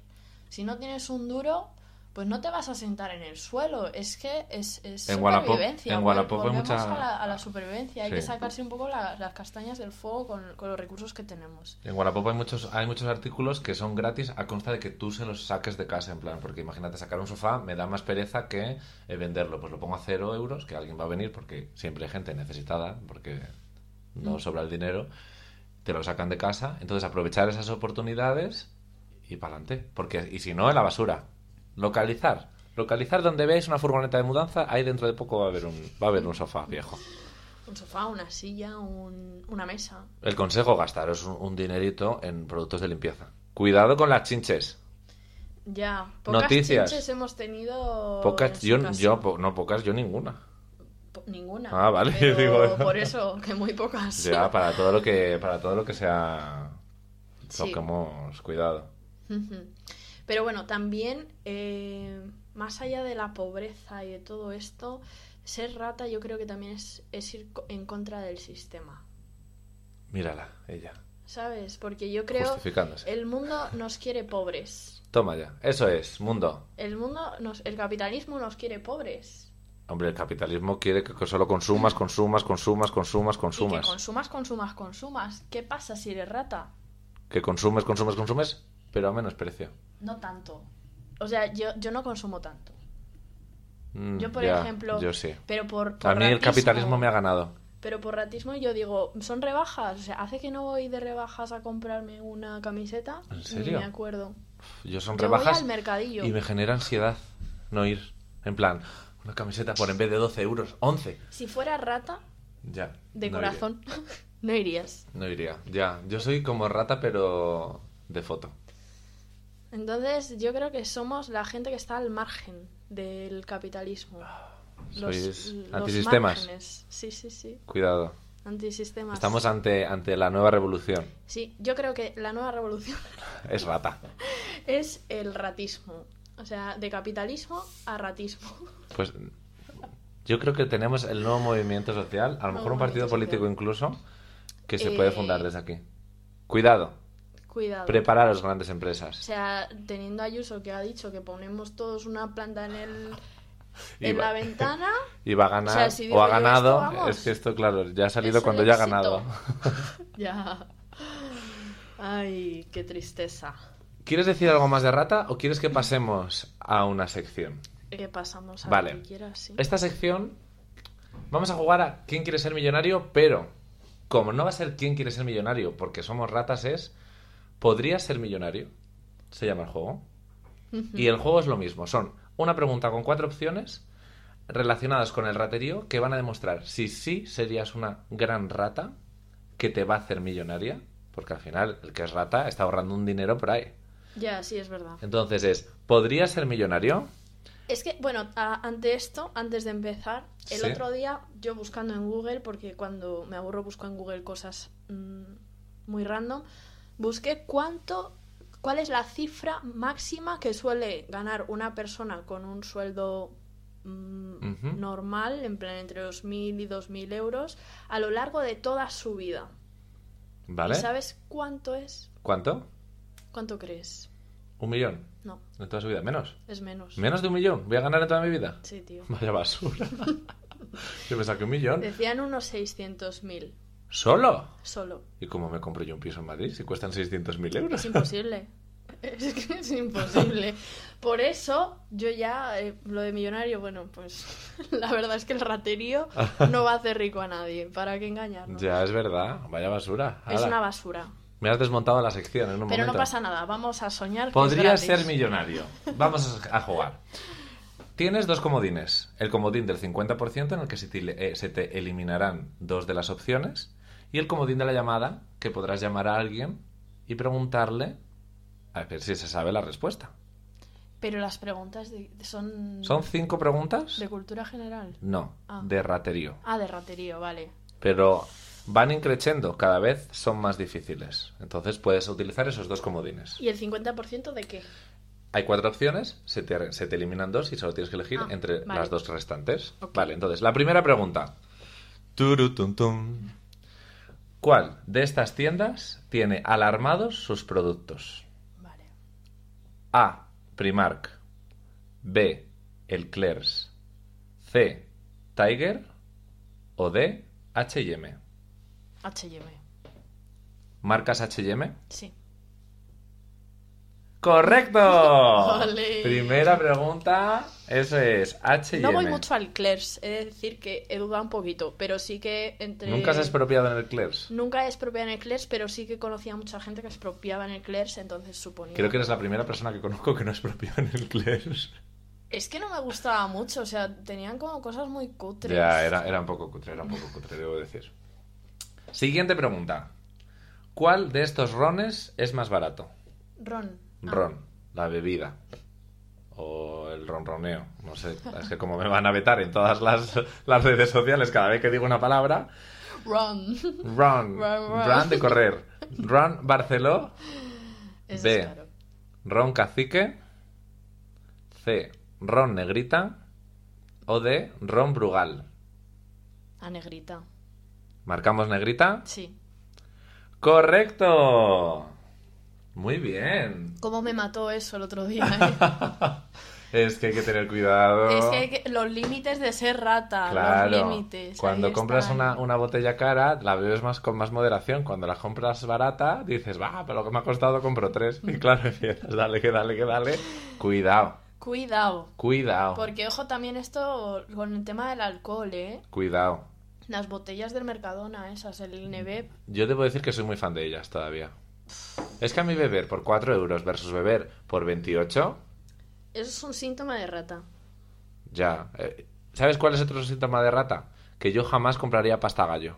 Speaker 2: Si no tienes un duro, pues no te vas a sentar en el suelo. Es que es, es
Speaker 1: En Wallapop-
Speaker 2: supervivencia.
Speaker 1: en
Speaker 2: Vol-
Speaker 1: Wallapop hay
Speaker 2: volvemos
Speaker 1: mucha-
Speaker 2: a, la, a la supervivencia. Hay
Speaker 1: Sí.
Speaker 2: que sacarse un poco la- las castañas del fuego con, con los recursos que tenemos.
Speaker 1: En Wallapop hay muchos, hay muchos artículos que son gratis a consta de que tú se los saques de casa, en plan, porque imagínate, sacar un sofá me da más pereza que eh, venderlo. Pues lo pongo a cero euros, que alguien va a venir, porque siempre hay gente necesitada, porque no
Speaker 2: Mm.
Speaker 1: sobra el dinero, te lo sacan de casa. Entonces aprovechar esas oportunidades y para adelante. Porque, y si no, en la basura. Localizar. Localizar donde veáis una furgoneta de mudanza, ahí dentro de poco va a haber un, va a haber un sofá viejo.
Speaker 2: Un sofá, una silla, un- una mesa.
Speaker 1: El consejo, gastaros un, un dinerito en productos de limpieza. Cuidado con las chinches.
Speaker 2: Ya, pocas
Speaker 1: Noticias.
Speaker 2: chinches hemos tenido.
Speaker 1: Pocas,
Speaker 2: en
Speaker 1: yo,
Speaker 2: su casa.
Speaker 1: yo po- no pocas, yo ninguna.
Speaker 2: Po- Ninguna.
Speaker 1: Ah, vale,
Speaker 2: Pero
Speaker 1: digo-
Speaker 2: Por eso, que muy pocas.
Speaker 1: Ya, para todo lo que, para todo lo que sea,
Speaker 2: Sí.
Speaker 1: toquemos cuidado.
Speaker 2: Ujú. Pero bueno, también, eh, más allá de la pobreza y de todo esto, ser rata yo creo que también es, es ir co- en contra del sistema,
Speaker 1: Mírala, ella,
Speaker 2: ¿sabes? Porque yo creo
Speaker 1: justificándose.
Speaker 2: el mundo nos quiere pobres.
Speaker 1: Toma ya, eso es, mundo.
Speaker 2: El mundo, nos, el capitalismo nos quiere pobres.
Speaker 1: Hombre, el capitalismo quiere que solo consumas, consumas, consumas, consumas,
Speaker 2: Y
Speaker 1: consumas.
Speaker 2: que consumas, consumas, consumas. ¿Qué pasa si eres rata?
Speaker 1: Que consumes, consumes, consumes, pero a menos precio.
Speaker 2: No tanto. O sea, yo, yo no consumo tanto.
Speaker 1: Mm,
Speaker 2: Yo, por
Speaker 1: ya,
Speaker 2: ejemplo,
Speaker 1: Yo sí.
Speaker 2: Pero por, por
Speaker 1: A mí el
Speaker 2: ratismo-
Speaker 1: capitalismo me ha ganado.
Speaker 2: Pero por ratismo yo digo, son rebajas. O sea, hace que no voy de rebajas a comprarme una camiseta.
Speaker 1: ¿En
Speaker 2: Ni
Speaker 1: serio?
Speaker 2: me acuerdo.
Speaker 1: Yo son
Speaker 2: Yo voy
Speaker 1: rebajas
Speaker 2: al mercadillo.
Speaker 1: y me genera ansiedad no ir. En plan, una camiseta por en vez de 12 euros, 11.
Speaker 2: Si fuera rata,
Speaker 1: Ya.
Speaker 2: de
Speaker 1: no iría.
Speaker 2: corazón, no irías.
Speaker 1: No iría, ya. Yo soy como rata, pero de foto.
Speaker 2: Entonces yo creo que somos la gente que está al margen del capitalismo.
Speaker 1: Ah, Sois
Speaker 2: los
Speaker 1: antisistemas.
Speaker 2: márgenes. Ah, Sí, sí, sí.
Speaker 1: Cuidado.
Speaker 2: Antisistemas.
Speaker 1: Estamos ante, ante la nueva revolución.
Speaker 2: Sí, yo creo que la nueva revolución
Speaker 1: Es rata.
Speaker 2: es el ratismo. O sea, de capitalismo a ratismo.
Speaker 1: Pues yo creo que tenemos el nuevo movimiento social, a lo
Speaker 2: Nuevo
Speaker 1: mejor un partido
Speaker 2: movimiento
Speaker 1: político
Speaker 2: social.
Speaker 1: incluso, que se
Speaker 2: Eh,
Speaker 1: puede fundar desde aquí. Cuidado.
Speaker 2: Cuidado.
Speaker 1: Prepararos, grandes
Speaker 2: O
Speaker 1: empresas.
Speaker 2: sea, teniendo a Ayuso que ha dicho que ponemos todos una planta en, el,
Speaker 1: Y
Speaker 2: en
Speaker 1: va-
Speaker 2: la ventana,
Speaker 1: Y va a ganar,
Speaker 2: sea, si digo
Speaker 1: o ha
Speaker 2: yo esto,
Speaker 1: ganado.
Speaker 2: vamos.
Speaker 1: es que esto, claro, ya ha salido
Speaker 2: Es
Speaker 1: cuando
Speaker 2: el
Speaker 1: ya ha
Speaker 2: éxito.
Speaker 1: ganado.
Speaker 2: ya. Ay, qué tristeza.
Speaker 1: ¿Quieres decir algo más de rata o quieres que pasemos a una sección?
Speaker 2: Que pasamos a
Speaker 1: Vale.
Speaker 2: lo que quieras, sí.
Speaker 1: Esta sección vamos a jugar a quién quiere ser millonario, pero como no va a ser quién quiere ser millonario, porque somos ratas, es ¿podrías ser millonario? Se llama el juego.
Speaker 2: Ujú.
Speaker 1: Y el juego es lo mismo, son una pregunta con cuatro opciones relacionadas con el raterío que van a demostrar si sí serías una gran rata que te va a hacer millonaria, porque al final el que es rata está ahorrando un dinero por ahí.
Speaker 2: Ya, sí, es verdad.
Speaker 1: Entonces es, ¿podría ser millonario?
Speaker 2: Es que, bueno, a- ante esto, antes de empezar, el
Speaker 1: Sí.
Speaker 2: otro día yo buscando en Google, porque cuando me aburro busco en Google cosas mm, muy random, busqué cuánto, cuál es la cifra máxima que suele ganar una persona con un sueldo mm,
Speaker 1: Ujú.
Speaker 2: normal, en plan entre 2.000 y 2.000 euros, a lo largo de toda su vida.
Speaker 1: ¿Vale?
Speaker 2: ¿Y sabes cuánto es?
Speaker 1: ¿Cuánto?
Speaker 2: ¿Cuánto crees?
Speaker 1: Un millón.
Speaker 2: No,
Speaker 1: En toda su vida, menos.
Speaker 2: es menos.
Speaker 1: Menos de un millón. Voy a ganar en toda mi vida.
Speaker 2: Sí, tío.
Speaker 1: Vaya basura. Yo me saqué un millón.
Speaker 2: Decían unos 600.000
Speaker 1: ¿Solo?
Speaker 2: solo.
Speaker 1: ¿Y cómo me compro yo un piso en Madrid si cuestan 600.000
Speaker 2: Es
Speaker 1: euros?
Speaker 2: imposible. Es que es imposible. Por eso yo ya, eh, lo de millonario, bueno, pues la verdad es que el raterío no va a hacer rico a nadie. ¿Para qué engañarnos?
Speaker 1: Ya, es verdad. Vaya basura.
Speaker 2: Es
Speaker 1: Hala.
Speaker 2: una basura.
Speaker 1: Me has desmontado la sección en un
Speaker 2: Pero
Speaker 1: momento.
Speaker 2: no pasa nada, vamos a soñar. que es
Speaker 1: Podría
Speaker 2: gratis.
Speaker 1: ser millonario. Vamos a a jugar. Tienes dos comodines. El comodín del 50% en el que se te, eh, se te eliminarán dos de las opciones. Y el comodín de la llamada, que podrás llamar a alguien y preguntarle a ver si se sabe la respuesta.
Speaker 2: Pero las preguntas de- son,
Speaker 1: ¿Son cinco preguntas?
Speaker 2: de cultura general.
Speaker 1: No,
Speaker 2: Ah.
Speaker 1: de raterío.
Speaker 2: Ah, de raterío, vale.
Speaker 1: Pero van increciendo, cada vez son más difíciles. Entonces puedes utilizar esos dos comodines.
Speaker 2: ¿Y el 50% de qué?
Speaker 1: Hay cuatro opciones, se te, se te eliminan dos y solo tienes que elegir
Speaker 2: Ah,
Speaker 1: entre
Speaker 2: vale.
Speaker 1: las dos restantes.
Speaker 2: Ok.
Speaker 1: Vale, entonces, la primera pregunta. Turutuntum. ¿Cuál de estas tiendas tiene alarmados sus productos?
Speaker 2: Vale.
Speaker 1: A. Primark. B. El Clers. C. Tiger. O D. HM.
Speaker 2: HM.
Speaker 1: ¿Marcas HM?
Speaker 2: Sí.
Speaker 1: ¡Correcto!
Speaker 2: Ole.
Speaker 1: Primera pregunta. Eso es HM.
Speaker 2: No voy mucho al Clers, he de decir que he dudado un poquito, pero sí que entre...
Speaker 1: Nunca has expropiado en el Clers.
Speaker 2: Nunca he expropiado en el Clers, pero sí que conocía a mucha gente que expropiaba en el Clers, entonces suponía...
Speaker 1: Creo que eres la primera persona que conozco que no expropió en el Clers.
Speaker 2: Es que no me gustaba mucho, o sea, tenían como cosas muy cutres.
Speaker 1: Ya, era, era un poco cutre, era un poco cutre, debo decir. Siguiente pregunta. ¿Cuál de estos rones es más barato?
Speaker 2: Ron. Ah,
Speaker 1: Ron, la bebida. O el ronroneo. No sé, es que como me van a vetar en todas las, las redes sociales cada vez que digo una palabra.
Speaker 2: Ron.
Speaker 1: Run,
Speaker 2: Run,
Speaker 1: run,
Speaker 2: run.
Speaker 1: de correr. Run Barceló,
Speaker 2: Eso
Speaker 1: Ve.
Speaker 2: es claro.
Speaker 1: Ron Cacique. C. Ron Negrita. O D. Ron Brugal.
Speaker 2: A negrita.
Speaker 1: Marcamos Negrita.
Speaker 2: Sí.
Speaker 1: ¡Correcto! Muy bien.
Speaker 2: ¿Cómo me mató eso el otro día? eh?
Speaker 1: Es que hay que tener cuidado.
Speaker 2: es que, hay que- los límites de ser rata,
Speaker 1: Claro.
Speaker 2: los límites.
Speaker 1: Cuando
Speaker 2: ahí
Speaker 1: compras
Speaker 2: están.
Speaker 1: una, una botella cara, la bebes más con más moderación. Cuando la compras barata, dices, va, pero lo que me ha costado compro tres. Y claro, empiezas, dale, que dale, que dale. Cuidado,
Speaker 2: Cuidado.
Speaker 1: cuidado,
Speaker 2: Porque ojo también esto con el tema del alcohol, ¿eh?
Speaker 1: cuidado.
Speaker 2: Las botellas del Mercadona, esas, el Neve,
Speaker 1: Yo debo decir que soy muy fan de ellas todavía. Es que a mí beber por 4 euros versus beber por 28,
Speaker 2: eso es un síntoma de rata.
Speaker 1: ya. Eh, ¿Sabes cuál es otro síntoma de rata? Que yo jamás compraría pasta gallo.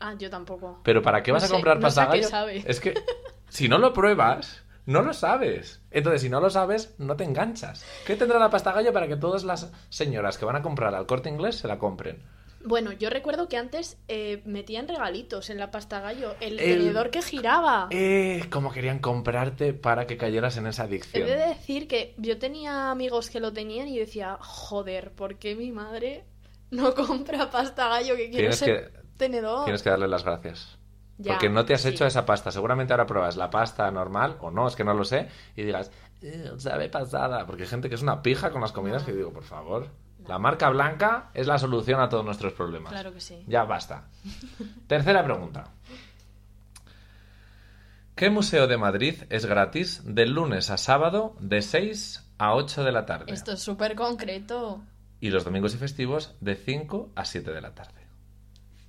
Speaker 2: Ah, yo tampoco.
Speaker 1: Pero ¿para qué
Speaker 2: No
Speaker 1: vas
Speaker 2: sé,
Speaker 1: a comprar
Speaker 2: no sé
Speaker 1: pasta
Speaker 2: a qué
Speaker 1: gallo?
Speaker 2: sabe.
Speaker 1: Es que si no lo pruebas, no lo sabes. Entonces, si no lo sabes, no te enganchas. ¿Qué tendrá la pasta gallo para que todas las señoras que van a comprar al corte inglés se la compren?
Speaker 2: Bueno, yo recuerdo que antes eh, metían regalitos en la pasta gallo, el,
Speaker 1: El-
Speaker 2: tenedor que giraba.
Speaker 1: Eh, cómo querían comprarte para que cayeras en esa
Speaker 2: He
Speaker 1: adicción.
Speaker 2: de decir que yo tenía amigos que lo tenían y yo decía, joder, ¿por qué mi madre no compra pasta gallo que quiero
Speaker 1: Tienes
Speaker 2: ese tenedor?
Speaker 1: Tienes que darle las gracias.
Speaker 2: Ya,
Speaker 1: Porque no te has
Speaker 2: sí.
Speaker 1: hecho esa pasta. Seguramente ahora pruebas la pasta normal o no, es que no lo sé, y digas, "Eh, sabe pasada. Porque hay gente que es una pija con las comidas
Speaker 2: No.
Speaker 1: que digo, por favor.
Speaker 2: No.
Speaker 1: La marca blanca es la solución a todos nuestros problemas.
Speaker 2: Claro que sí.
Speaker 1: Ya basta. Tercera pregunta. ¿Qué museo de Madrid es gratis de lunes a sábado de 6 a 8 de la tarde?
Speaker 2: Esto es súper concreto.
Speaker 1: Y los domingos y festivos de 5 a 7 de la tarde.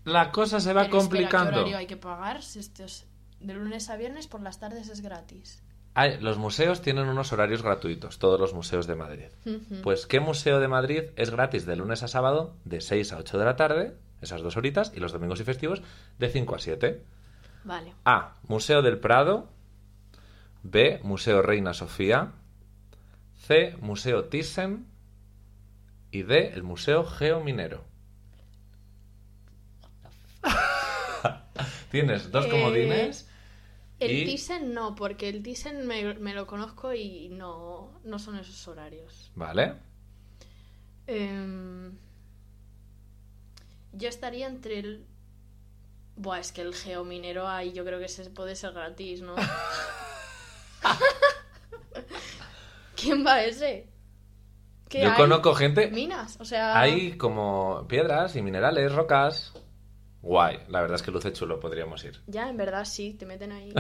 Speaker 1: La cosa se va
Speaker 2: Pero espera, ¿qué
Speaker 1: complicando.
Speaker 2: horario hay que pagar? Si esto es de lunes a viernes, por las tardes es gratis.
Speaker 1: Hay- los museos tienen unos horarios gratuitos, todos los museos de Madrid.
Speaker 2: Ujú.
Speaker 1: Pues, ¿qué museo de Madrid es gratis de lunes a sábado de 6 a 8 de la tarde, esas dos horitas, y los domingos y festivos de 5 a 7?
Speaker 2: Vale.
Speaker 1: A. Museo del Prado. B. Museo Reina Sofía. C. Museo Thyssen. Y D. El Museo Geominero. Tienes dos
Speaker 3: Eh,
Speaker 1: comodines.
Speaker 2: Eh, El
Speaker 1: y-
Speaker 2: Thyssen no, porque el Thyssen me, me lo conozco y no, no son esos horarios.
Speaker 1: Vale.
Speaker 2: Em, yo estaría entre el... Buah, es que el geominero ahí yo creo que se puede ser gratis, ¿no? ¿Quién va a ese? ¿Qué
Speaker 1: Yo
Speaker 2: hay?
Speaker 1: conozco gente.
Speaker 2: Minas, o sea...
Speaker 1: Hay como piedras y minerales, rocas. Guay, la verdad es que luce chulo, podríamos ir.
Speaker 2: Ya, en verdad sí, te meten ahí.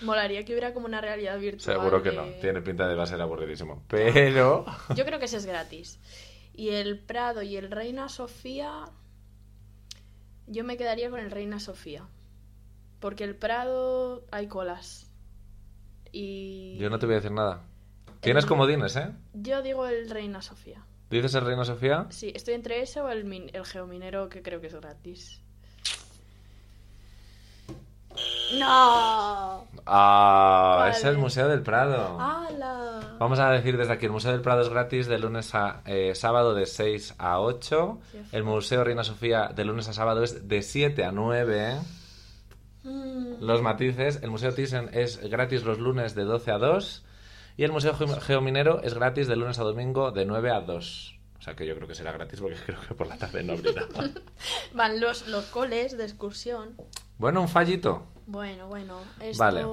Speaker 2: Molaría que hubiera como una realidad virtual.
Speaker 1: Seguro que
Speaker 2: de-
Speaker 1: no, tiene pinta de va a ser aburridísimo. Pero...
Speaker 2: Yo creo que ese es gratis. Y el Prado y el Reina Sofía. Yo me quedaría con el Reina Sofía. Porque el Prado hay colas. Y.
Speaker 1: Yo no te voy a decir nada. Tienes comodines, ¿eh?
Speaker 2: Yo digo el Reina Sofía.
Speaker 1: ¿Dices el Reino Sofía?
Speaker 2: Sí, estoy entre ese o el, min- el Geominero, que creo que es gratis. ¡No!
Speaker 1: Ah,
Speaker 2: ¿Cuál
Speaker 1: es el
Speaker 2: es?
Speaker 1: Museo del Prado.
Speaker 2: Ah. ¡Hala!
Speaker 1: Vamos a decir desde aquí, el Museo del Prado es gratis de lunes a eh, sábado de 6 a 8.
Speaker 2: Sí.
Speaker 1: El Museo Reina Sofía de lunes a sábado es de 7 a 9.
Speaker 2: Mm.
Speaker 1: Los matices, el Museo Thyssen es gratis los lunes de 12 a 2. Y el Museo Geo- Geominero es gratis de lunes a domingo de 9 a 2. O sea que yo creo que será gratis porque creo que por la tarde no abrirá.
Speaker 2: Van los, los coles de excursión.
Speaker 1: bueno, un fallito.
Speaker 2: Bueno, bueno. Esto
Speaker 1: Vale.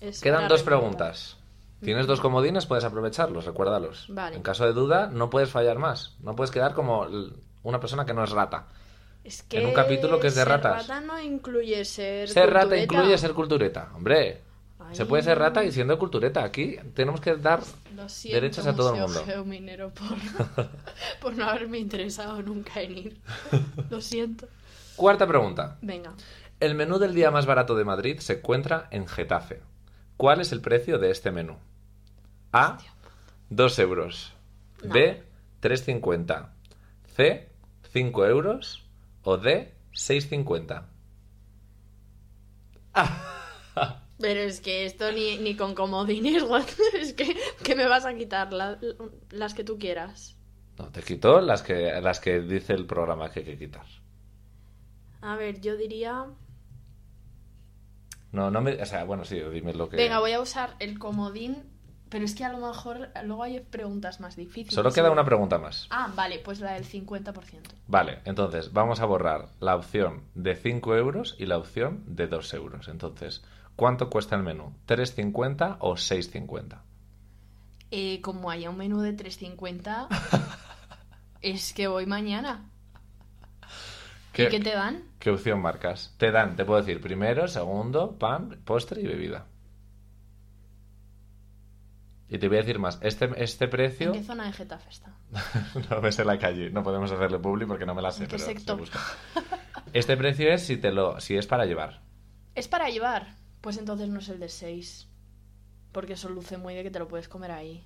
Speaker 2: es
Speaker 1: Quedan
Speaker 2: una
Speaker 1: dos
Speaker 2: remontada.
Speaker 1: preguntas. Tienes dos comodines, puedes aprovecharlos, recuérdalos.
Speaker 2: Vale.
Speaker 1: En caso de duda, no puedes fallar más. No puedes quedar como l- una persona que no es rata.
Speaker 2: Es que
Speaker 1: En un capítulo que es de
Speaker 2: ser
Speaker 1: ratas.
Speaker 2: rata no incluye ser.
Speaker 1: Ser rata
Speaker 2: cultureta.
Speaker 1: incluye ser cultureta. Hombre, se
Speaker 2: Ay.
Speaker 1: puede ser rata y siendo cultureta. Aquí tenemos que dar...
Speaker 2: Lo siento,
Speaker 1: derechos a todo el
Speaker 2: Museo
Speaker 1: mundo.
Speaker 2: Geominero, por, por no haberme interesado nunca en ir. Lo siento.
Speaker 1: Cuarta pregunta.
Speaker 2: Venga.
Speaker 1: El menú del día más barato de Madrid se encuentra en Getafe. ¿Cuál es el precio de este menú? A. 2 euros.
Speaker 2: No.
Speaker 1: B. 3,50. C. 5 euros. O D. 6,50.
Speaker 2: Pero es que esto ni, ni con comodines, what? es que, que me vas a quitar la- las que tú quieras.
Speaker 1: No, te quito las que, las que dice el programa que hay que quitar.
Speaker 2: A ver, yo diría.
Speaker 1: No, no me... O sea, bueno, sí, dime lo que...
Speaker 2: Venga, voy a usar el comodín, pero es que a lo mejor luego hay preguntas más difíciles.
Speaker 1: Solo queda una pregunta más.
Speaker 2: Ah, vale, pues la del 50%.
Speaker 1: Vale, entonces vamos a borrar la opción de 5 euros y la opción de 2 euros. Entonces, ¿cuánto cuesta el menú? ¿3,50 o 6,50?
Speaker 2: Eh, como haya un menú de 350, es que voy mañana. ¿Y qué te dan?
Speaker 1: ¿Qué opción marcas? Te dan, te puedo decir, primero, segundo, pan, postre y bebida. Y te voy a decir más, este, este precio...
Speaker 2: ¿En qué zona de Getafe está?
Speaker 1: no me sé la calle, no podemos hacerle publi porque no me la sé,
Speaker 2: ¿En qué
Speaker 1: pero se
Speaker 2: sector?
Speaker 1: busca. Este precio es si, te lo, si es para llevar.
Speaker 2: ¿Es para llevar? Pues entonces no es el de 6. Porque eso luce muy de que te lo puedes comer ahí.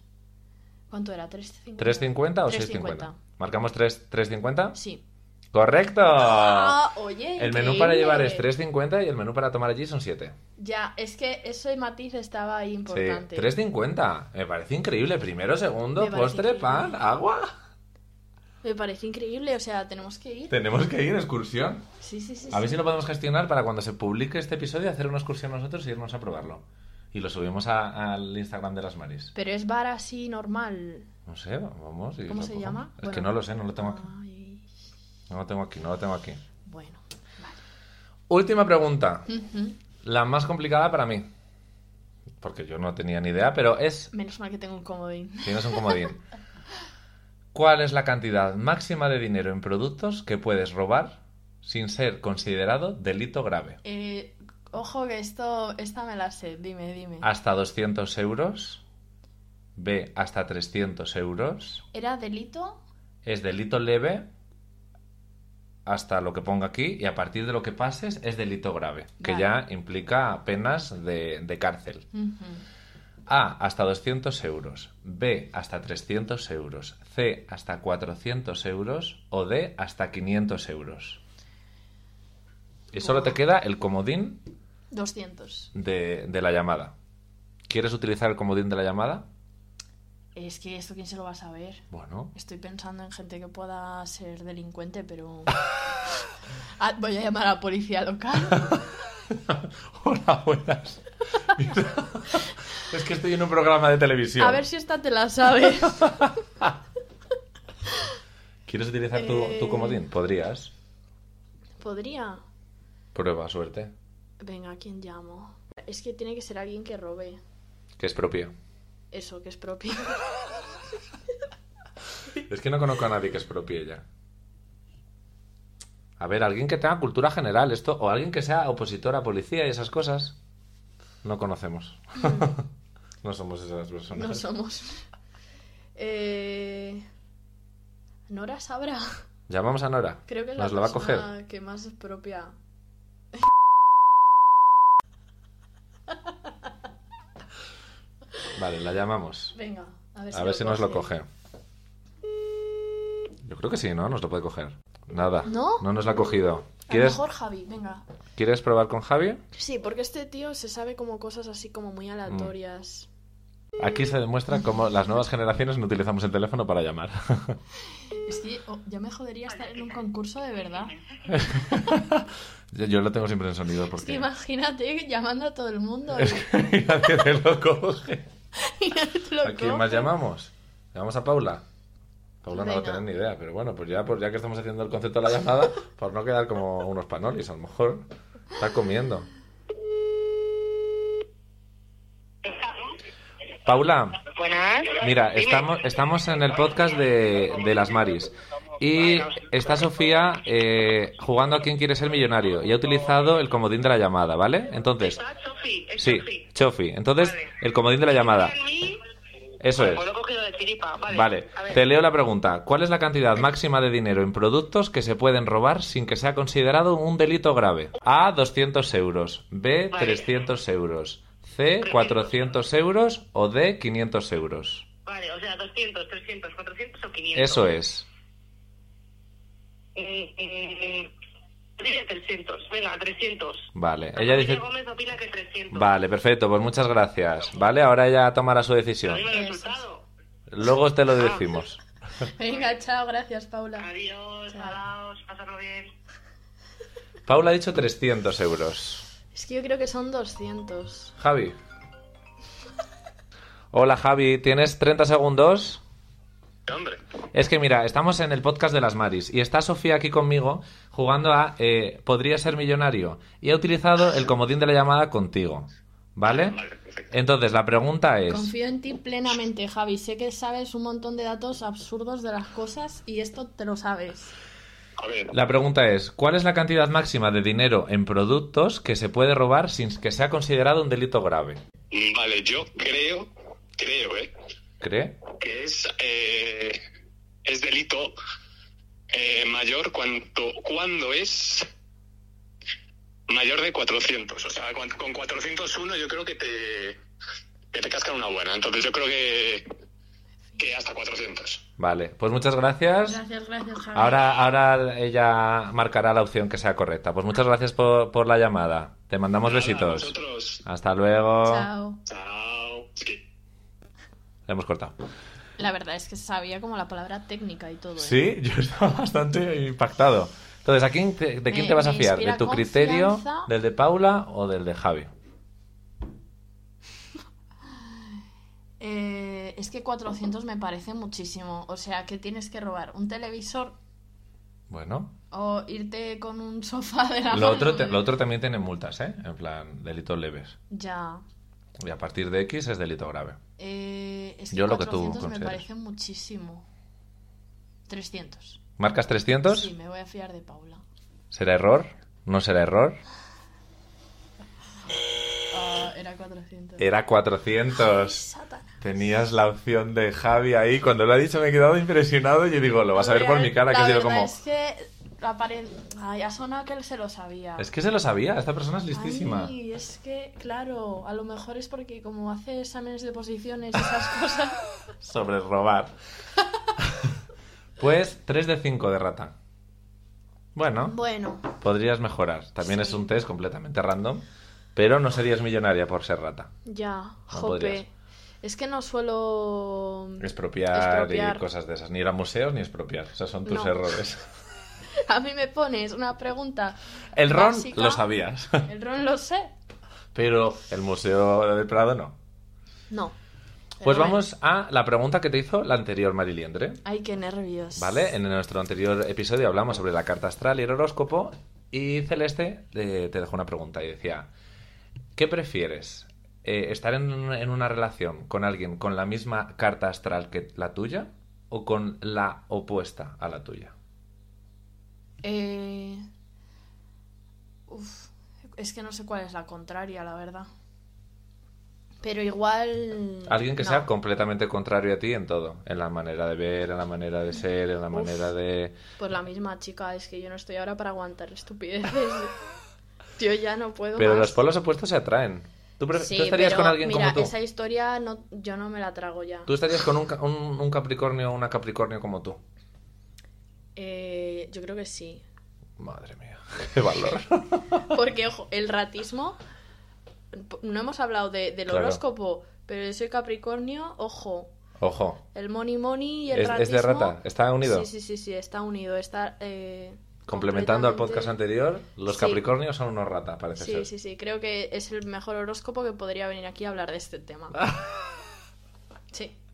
Speaker 2: ¿Cuánto era? ¿350?
Speaker 1: ¿3,50 o 6,50?
Speaker 2: 3,50.
Speaker 1: ¿Marcamos 3, 3,50?
Speaker 2: Sí.
Speaker 1: ¡Correcto!
Speaker 2: Ah, oye,
Speaker 1: el menú para llevar es
Speaker 2: increíble.
Speaker 1: 3,50 y el menú para tomar allí son 7.
Speaker 2: Ya, es que ese matiz estaba ahí
Speaker 1: Sí,
Speaker 2: importante.
Speaker 1: 3,50. Me parece increíble. Primero, segundo,
Speaker 2: Me parece
Speaker 1: postre,
Speaker 2: increíble.
Speaker 1: pan, agua.
Speaker 2: Me parece increíble, o sea, tenemos que ir.
Speaker 1: Tenemos que ir, excursión.
Speaker 2: Sí, sí, sí.
Speaker 1: A ver
Speaker 2: sí.
Speaker 1: si lo podemos gestionar para cuando se publique este episodio hacer una excursión nosotros y irnos a probarlo. Y lo subimos a- al Instagram de las Maris.
Speaker 2: Pero es bar así normal.
Speaker 1: No sé, vamos. y
Speaker 2: ¿Cómo
Speaker 1: lo
Speaker 2: se
Speaker 1: cogemos.
Speaker 2: llama?
Speaker 1: Es
Speaker 2: Bueno.
Speaker 1: que no lo sé, no lo tengo aquí.
Speaker 2: Ay,
Speaker 1: No lo tengo aquí, no lo tengo aquí.
Speaker 2: bueno.
Speaker 1: Última pregunta.
Speaker 2: Ujú.
Speaker 1: La más complicada para mí. Porque yo no tenía ni idea, pero es.
Speaker 2: Menos mal que tengo un comodín.
Speaker 1: Tienes un comodín. ¿Cuál es la cantidad máxima de dinero en productos que puedes robar sin ser considerado delito grave?
Speaker 2: Eh, ojo que esto, esta me la sé, dime, dime.
Speaker 1: hasta 200 euros. B, hasta 300 euros.
Speaker 2: ¿Era delito?
Speaker 1: Es delito leve hasta lo que ponga aquí y a partir de lo que pases es delito grave, que
Speaker 2: Vale.
Speaker 1: ya implica penas de, de cárcel.
Speaker 2: Ujú.
Speaker 1: A, hasta 200 euros. B, hasta 300 euros. C, hasta 400 euros. O D, hasta 500 euros. Y solo te queda el comodín
Speaker 2: 200.
Speaker 1: de, de la llamada. ¿Quieres utilizar el comodín de la llamada?
Speaker 2: Es que esto quién se lo va a saber.
Speaker 1: Bueno,
Speaker 2: Estoy pensando en gente que pueda ser delincuente, pero... Ah, voy a llamar a la policía local.
Speaker 1: hola, buenas. Mira, es que estoy en un programa de televisión.
Speaker 2: A ver si esta te la sabes.
Speaker 1: ¿Quieres utilizar tu,
Speaker 2: Eh.
Speaker 1: tu comodín? Podrías.
Speaker 4: Podría.
Speaker 1: Prueba, suerte.
Speaker 4: Venga, ¿a quién llamo? Es que tiene que ser alguien que robe.
Speaker 1: Que es propio.
Speaker 4: Eso, que es propio.
Speaker 1: Es que no conozco a nadie que es propio ya. A ver, alguien que tenga cultura general, esto, o alguien que sea opositor a policía y esas cosas. No conocemos. no somos esas personas.
Speaker 4: Mm. No somos. Eh... Nora sabrá.
Speaker 1: Llamamos a Nora.
Speaker 4: Creo que es
Speaker 1: Nos
Speaker 4: la
Speaker 1: la va a
Speaker 4: persona
Speaker 1: coger.
Speaker 4: que más es propia.
Speaker 1: Vale, la llamamos.
Speaker 4: Venga, a ver si,
Speaker 1: A ver si nos lo coge. Yo creo que sí, ¿no? Nos lo puede coger. Nada.
Speaker 4: ¿No?
Speaker 1: nos la ha cogido.
Speaker 2: A lo
Speaker 1: ¿Quieres,
Speaker 2: mejor Javi, venga.
Speaker 1: ¿Quieres probar con Javi?
Speaker 4: Sí, porque este tío se sabe como cosas así como
Speaker 1: Mm.
Speaker 4: muy aleatorias.
Speaker 1: Aquí se demuestra cómo las nuevas generaciones no utilizamos el teléfono para llamar.
Speaker 2: Es que oh, ya me jodería estar en un concurso de verdad.
Speaker 1: Yo- Yo lo tengo siempre en sonido porque...
Speaker 2: Es que imagínate llamando a todo el mundo.
Speaker 1: Es que nadie te lo coge.
Speaker 2: y te lo
Speaker 1: ¿A quién más
Speaker 2: coge.
Speaker 1: llamamos? ¿Llamamos a Paula? Paula no va a
Speaker 4: Venga.
Speaker 1: tener ni idea, pero bueno, pues ya, pues ya que estamos haciendo el concepto de la llamada, por no quedar como unos panolis, a lo mejor está comiendo. Paula,
Speaker 5: Buenas.
Speaker 1: mira,
Speaker 5: Dime.
Speaker 1: estamos, estamos en el podcast de, de las Maris y está Sofía eh, jugando a quién quiere ser millonario y ha utilizado el comodín de la llamada, ¿vale? Entonces,
Speaker 5: Ah, Sofi, es
Speaker 1: sí,
Speaker 5: Sofi.
Speaker 1: Chofi, entonces
Speaker 5: Vale.
Speaker 1: el comodín de la llamada.
Speaker 5: Mira en mí.
Speaker 1: Eso es.
Speaker 5: Pues lo he cogido de chiripa. Vale.
Speaker 1: Vale,
Speaker 5: A ver.
Speaker 1: te leo la pregunta. ¿Cuál es la cantidad máxima de dinero en productos que se pueden robar sin que sea considerado un delito grave? A, 200 euros. B,
Speaker 5: Vale.
Speaker 1: 300 euros. C, 400 euros. O D, 500 euros.
Speaker 5: Vale, o sea, 200, 300, 400 o 500.
Speaker 1: Eso es.
Speaker 5: Mm, mm, mm. Dile 300. Venga, 300.
Speaker 1: Vale, ella dice...
Speaker 5: María Gómez opina que 300.
Speaker 1: Vale, perfecto, pues muchas gracias. Vale, ahora ella tomará su
Speaker 5: Pero
Speaker 1: decisión.
Speaker 5: dime el
Speaker 2: Eso es.
Speaker 5: resultado.
Speaker 1: Luego te lo decimos.
Speaker 2: Venga, chao, gracias, Paula.
Speaker 5: Adiós,
Speaker 2: Chao.
Speaker 5: adiós, pasarlo bien.
Speaker 1: Paula ha dicho 300 euros.
Speaker 4: Es que yo creo que son 200.
Speaker 1: Javi. Hola Javi, ¿tienes 30 segundos?
Speaker 5: Hombre.
Speaker 1: Es que mira, estamos en el podcast de las Maris y está Sofía aquí conmigo jugando a eh, Podría ser millonario y ha utilizado el comodín de la llamada contigo, ¿vale? Entonces, la pregunta es...
Speaker 2: Confío en ti plenamente, Javi. Sé que sabes un montón de datos absurdos de las cosas y esto te lo sabes.
Speaker 5: A ver.
Speaker 1: La pregunta es, ¿cuál es la cantidad máxima de dinero en productos que se puede robar sin que sea considerado un delito grave?
Speaker 5: Vale, yo creo, creo, ¿eh?
Speaker 1: ¿Cree?
Speaker 5: que es eh, es delito eh, mayor cuanto cuando es mayor de 400 o sea cuan- con 401 yo creo que te que te cascan una buena entonces yo creo que que hasta 400
Speaker 1: Vale, pues muchas gracias.
Speaker 2: Gracias, gracias, Javi.
Speaker 1: Ahora, ahora ella marcará la opción que sea correcta. Pues muchas gracias por, por la llamada. Te mandamos
Speaker 5: Nada,
Speaker 1: besitos.
Speaker 5: nosotros
Speaker 1: Hasta luego.
Speaker 2: Chao.
Speaker 5: chao Es que-
Speaker 1: La hemos cortado.
Speaker 2: La verdad es que sabía como la palabra técnica y todo. ¿eh?
Speaker 1: Sí, yo estaba bastante impactado. Entonces, ¿a quién te- ¿de quién te vas a
Speaker 2: me
Speaker 1: fiar? ¿De
Speaker 2: inspira
Speaker 1: tu criterio,
Speaker 2: confianza.
Speaker 1: del de Paula o del de Javi?
Speaker 2: Eh, es que 400 me parece muchísimo. O sea, que tienes que robar? ¿Un televisor
Speaker 1: Bueno,
Speaker 2: o irte con un sofá de la
Speaker 1: lo
Speaker 2: mano?
Speaker 1: otro, te- lo otro también tiene multas, ¿eh? En plan, delitos leves.
Speaker 2: Ya.
Speaker 1: Y a partir de X es delito grave.
Speaker 2: Eh, es que
Speaker 1: Yo lo que tú
Speaker 2: 400 me
Speaker 1: consideres.
Speaker 2: parece muchísimo. 300.
Speaker 1: ¿Marcas 300?
Speaker 2: Sí, me voy a fiar de Paula.
Speaker 1: ¿Será error? ¿No será error?
Speaker 2: Ah, era 400.
Speaker 1: Era 400.
Speaker 2: Satanás.
Speaker 1: Tenías la opción de Javi ahí. Cuando lo ha dicho me he quedado impresionado. Yo digo, lo vas a ver por mi cara, que
Speaker 2: La
Speaker 1: ha sido
Speaker 2: verdad
Speaker 1: como...
Speaker 2: Es que apare- Ay, ha sonado que él se lo sabía.
Speaker 1: Es que se lo sabía, esta persona es listísima.
Speaker 2: Ay, es que, claro, a lo mejor es porque como hace exámenes de posiciones y esas cosas.
Speaker 1: Sobre robar. pues 3 de 5 de rata. Bueno,
Speaker 2: Bueno,
Speaker 1: podrías mejorar. También es
Speaker 2: Sí.
Speaker 1: un test completamente random. Pero no serías millonaria por ser rata.
Speaker 2: Ya,
Speaker 1: No
Speaker 2: jope.
Speaker 1: podrías.
Speaker 2: Es que no suelo.
Speaker 1: Expropiar,
Speaker 2: Expropiar.
Speaker 1: y cosas de esas. Ni ir a museos ni expropiar. Esos son tus
Speaker 2: No.
Speaker 1: errores.
Speaker 2: A mí me pones una pregunta.
Speaker 1: El ron
Speaker 2: básica.
Speaker 1: lo sabías.
Speaker 2: El ron lo sé.
Speaker 1: Pero el Museo del Prado no.
Speaker 2: No.
Speaker 1: Pues
Speaker 2: Pero bueno.
Speaker 1: vamos a la pregunta que te hizo la anterior Mariliendre.
Speaker 2: Ay, qué nervios.
Speaker 1: ¿Vale? En nuestro anterior episodio hablamos sobre la carta astral y el horóscopo. Y Celeste eh, te dejó una pregunta y decía: ¿Qué prefieres? Eh, ¿Estar en, un- en una relación con alguien con la misma carta astral que la tuya o con la opuesta a la tuya?
Speaker 2: Eh, uf, es que no sé cuál es la contraria, la verdad. Pero igual.
Speaker 1: Alguien que
Speaker 2: no.
Speaker 1: sea completamente contrario a ti en todo: en la manera de ver, en la manera de ser, en la
Speaker 2: Uf.
Speaker 1: manera de.
Speaker 2: Pues la misma chica, es que yo no estoy ahora para aguantar estupideces. yo ya no puedo.
Speaker 1: Pero
Speaker 2: más.
Speaker 1: los polos opuestos se atraen. ¿Tú, pre-
Speaker 2: Sí,
Speaker 1: tú estarías
Speaker 2: pero
Speaker 1: con alguien
Speaker 2: mira,
Speaker 1: como tú?
Speaker 2: esa historia no, yo no me la trago ya.
Speaker 1: ¿Tú estarías con un, ca- un- un Capricornio o una Capricornio como tú?
Speaker 2: Eh, yo creo que sí.
Speaker 1: Madre mía, qué valor.
Speaker 2: Porque, ojo, el ratismo. p- No hemos hablado de- del
Speaker 1: Claro.
Speaker 2: horóscopo, pero yo soy Capricornio, ojo.
Speaker 1: Ojo,
Speaker 2: El money money y el
Speaker 1: es,
Speaker 2: ratismo.
Speaker 1: es de rata, está unido.
Speaker 2: Sí, sí, sí, sí, está unido. Está. eh,
Speaker 1: Complementando al podcast
Speaker 2: completamente-
Speaker 1: anterior, los
Speaker 2: Sí.
Speaker 1: Capricornios son unos rata, parece
Speaker 2: Sí,
Speaker 1: ser.
Speaker 2: sí, sí. Creo que es el mejor horóscopo que podría venir aquí a hablar de este tema. Sí.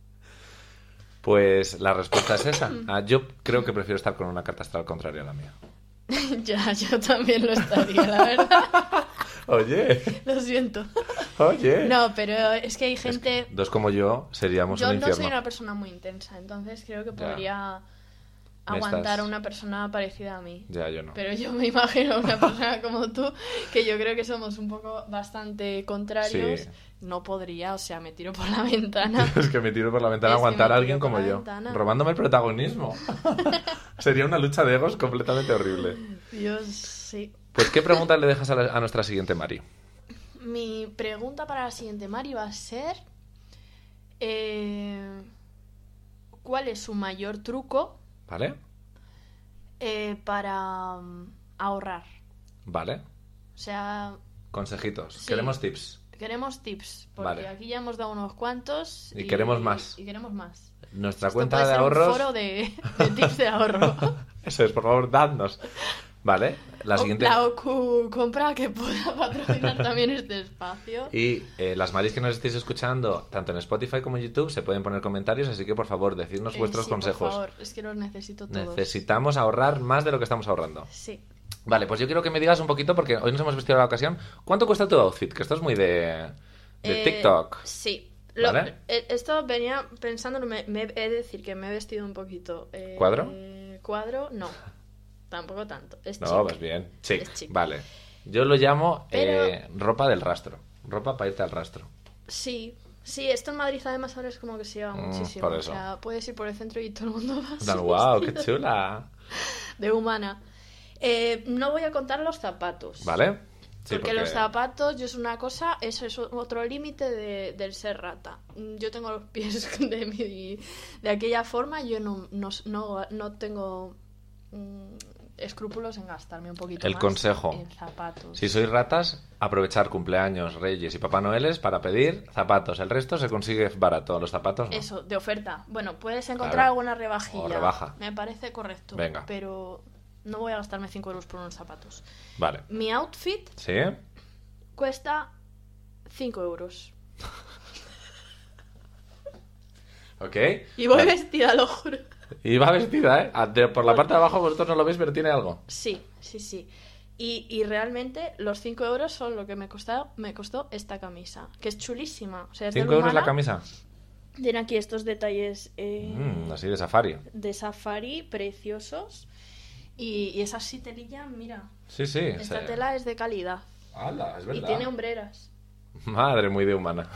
Speaker 1: Pues la respuesta es esa. Ah, yo creo que prefiero estar con una carta astral contraria a la mía.
Speaker 2: ya, yo también lo estaría, la verdad.
Speaker 1: Oye,
Speaker 2: Lo siento.
Speaker 1: oye.
Speaker 2: No, pero es que hay
Speaker 1: Eh. Es que
Speaker 2: gente.
Speaker 1: dos como yo seríamos
Speaker 2: Yo
Speaker 1: un
Speaker 2: no
Speaker 1: infierno.
Speaker 2: soy una persona muy intensa, entonces creo que
Speaker 1: Ya.
Speaker 2: podría
Speaker 1: Me
Speaker 2: aguantar
Speaker 1: estás-
Speaker 2: a una persona parecida a mí.
Speaker 1: Ya, yo no.
Speaker 2: Pero yo me imagino a una persona como tú, que yo creo que somos un poco bastante contrarios.
Speaker 1: Sí.
Speaker 2: No podría, o sea, me tiro por la ventana.
Speaker 1: Es que me tiro por la ventana a
Speaker 2: Es que me
Speaker 1: aguantar a
Speaker 2: tiro
Speaker 1: alguien
Speaker 2: por
Speaker 1: como
Speaker 2: la
Speaker 1: yo,
Speaker 2: ventana.
Speaker 1: robándome el protagonismo. Sería una lucha de egos completamente horrible.
Speaker 2: Dios, sí.
Speaker 1: Pues, ¿qué pregunta le dejas a, la- a nuestra siguiente Mari?
Speaker 2: Mi pregunta para la siguiente, Mari, va a ser... eh, ¿Cuál es su mayor truco
Speaker 1: ¿Vale?
Speaker 2: eh, para mm, ahorrar?
Speaker 1: Vale.
Speaker 2: O sea,
Speaker 1: Consejitos.
Speaker 2: Sí.
Speaker 1: Queremos tips.
Speaker 2: queremos tips, porque
Speaker 1: Vale.
Speaker 2: aquí ya hemos dado unos cuantos.
Speaker 1: Y queremos más.
Speaker 2: Y queremos más.
Speaker 1: Nuestra
Speaker 2: Esto
Speaker 1: cuenta
Speaker 2: puede
Speaker 1: de
Speaker 2: ser un
Speaker 1: ahorros.
Speaker 2: foro de, de tips de ahorro.
Speaker 1: Eso es, por favor, dadnos. Vale, la siguiente.
Speaker 2: Oh, La OCU compra que pueda patrocinar también este espacio.
Speaker 1: Y eh, las Maris que nos estéis escuchando, tanto en Spotify como en YouTube, se pueden poner comentarios, así que por favor, decidnos
Speaker 2: Eh,
Speaker 1: vuestros
Speaker 2: sí, Por
Speaker 1: consejos.
Speaker 2: favor, es que los necesito todos.
Speaker 1: Necesitamos ahorrar más de lo que estamos ahorrando.
Speaker 2: Sí.
Speaker 1: Vale, pues yo quiero que me digas un poquito, porque hoy nos hemos vestido a la ocasión. ¿Cuánto cuesta tu outfit? Que esto es muy de, de
Speaker 2: Eh,
Speaker 1: TikTok.
Speaker 2: Sí. Lo-
Speaker 1: ¿Vale?
Speaker 2: eh, Esto venía pensando, me, me- he de decir que me he vestido un poquito. eh,
Speaker 1: ¿Cuadro?
Speaker 2: eh, cuadro, no. Tampoco tanto. Es
Speaker 1: No,
Speaker 2: chic.
Speaker 1: vas bien. Chic.
Speaker 2: Es chic.
Speaker 1: Vale. Yo lo llamo
Speaker 2: Pero-
Speaker 1: eh, ropa del rastro. Ropa para irte al rastro.
Speaker 2: Sí. Sí, esto en Madrid además ahora es como que se lleva
Speaker 1: Mm,
Speaker 2: muchísimo.
Speaker 1: por eso.
Speaker 2: O sea, puedes ir por el centro y todo el mundo va
Speaker 1: En
Speaker 2: así
Speaker 1: plan, ¡Wow! ¡Qué
Speaker 2: vestido
Speaker 1: chula!
Speaker 2: De humana. Eh, no voy a contar los zapatos.
Speaker 1: ¿Vale?
Speaker 2: porque, los zapatos, yo es una cosa, eso es otro límite de- del ser rata. Mm, Yo tengo los pies de, mi- de aquella forma, yo no, no, no- no tengo mm, escrúpulos en gastarme un poquito
Speaker 1: El
Speaker 2: más
Speaker 1: consejo.
Speaker 2: en zapatos.
Speaker 1: Si sois ratas, aprovechar cumpleaños, reyes y papá noeles para pedir zapatos. El resto se consigue barato. Los zapatos no.
Speaker 2: Eso, de oferta. Bueno, puedes encontrar
Speaker 1: Claro.
Speaker 2: alguna rebajilla.
Speaker 1: O rebaja.
Speaker 2: Me parece correcto.
Speaker 1: Venga.
Speaker 2: Pero no voy a gastarme 5 euros por unos zapatos.
Speaker 1: Vale.
Speaker 2: Mi outfit
Speaker 1: ¿Sí?
Speaker 2: cuesta 5 euros.
Speaker 1: ¿Ok?
Speaker 2: Y voy
Speaker 1: Vale.
Speaker 2: vestida, lo juro.
Speaker 1: Y va vestida, ¿eh? Ah, de- Por la parte de abajo vosotros no lo veis, pero tiene algo.
Speaker 2: Sí, sí, sí. Y, y realmente los 5 euros son lo que me costó, me costó esta camisa, que es chulísima. O sea, es de
Speaker 1: ¿Cinco euros la
Speaker 2: Lumana.
Speaker 1: camisa?
Speaker 2: Tiene aquí estos detalles eh,
Speaker 1: Mm, así de safari.
Speaker 2: de safari preciosos. Y, y esa sí telilla, mira,
Speaker 1: Sí, sí.
Speaker 2: esta
Speaker 1: se-
Speaker 2: tela es de calidad.
Speaker 1: ¡Hala! Es
Speaker 2: Y
Speaker 1: verdad.
Speaker 2: tiene hombreras.
Speaker 1: Madre, muy de humana.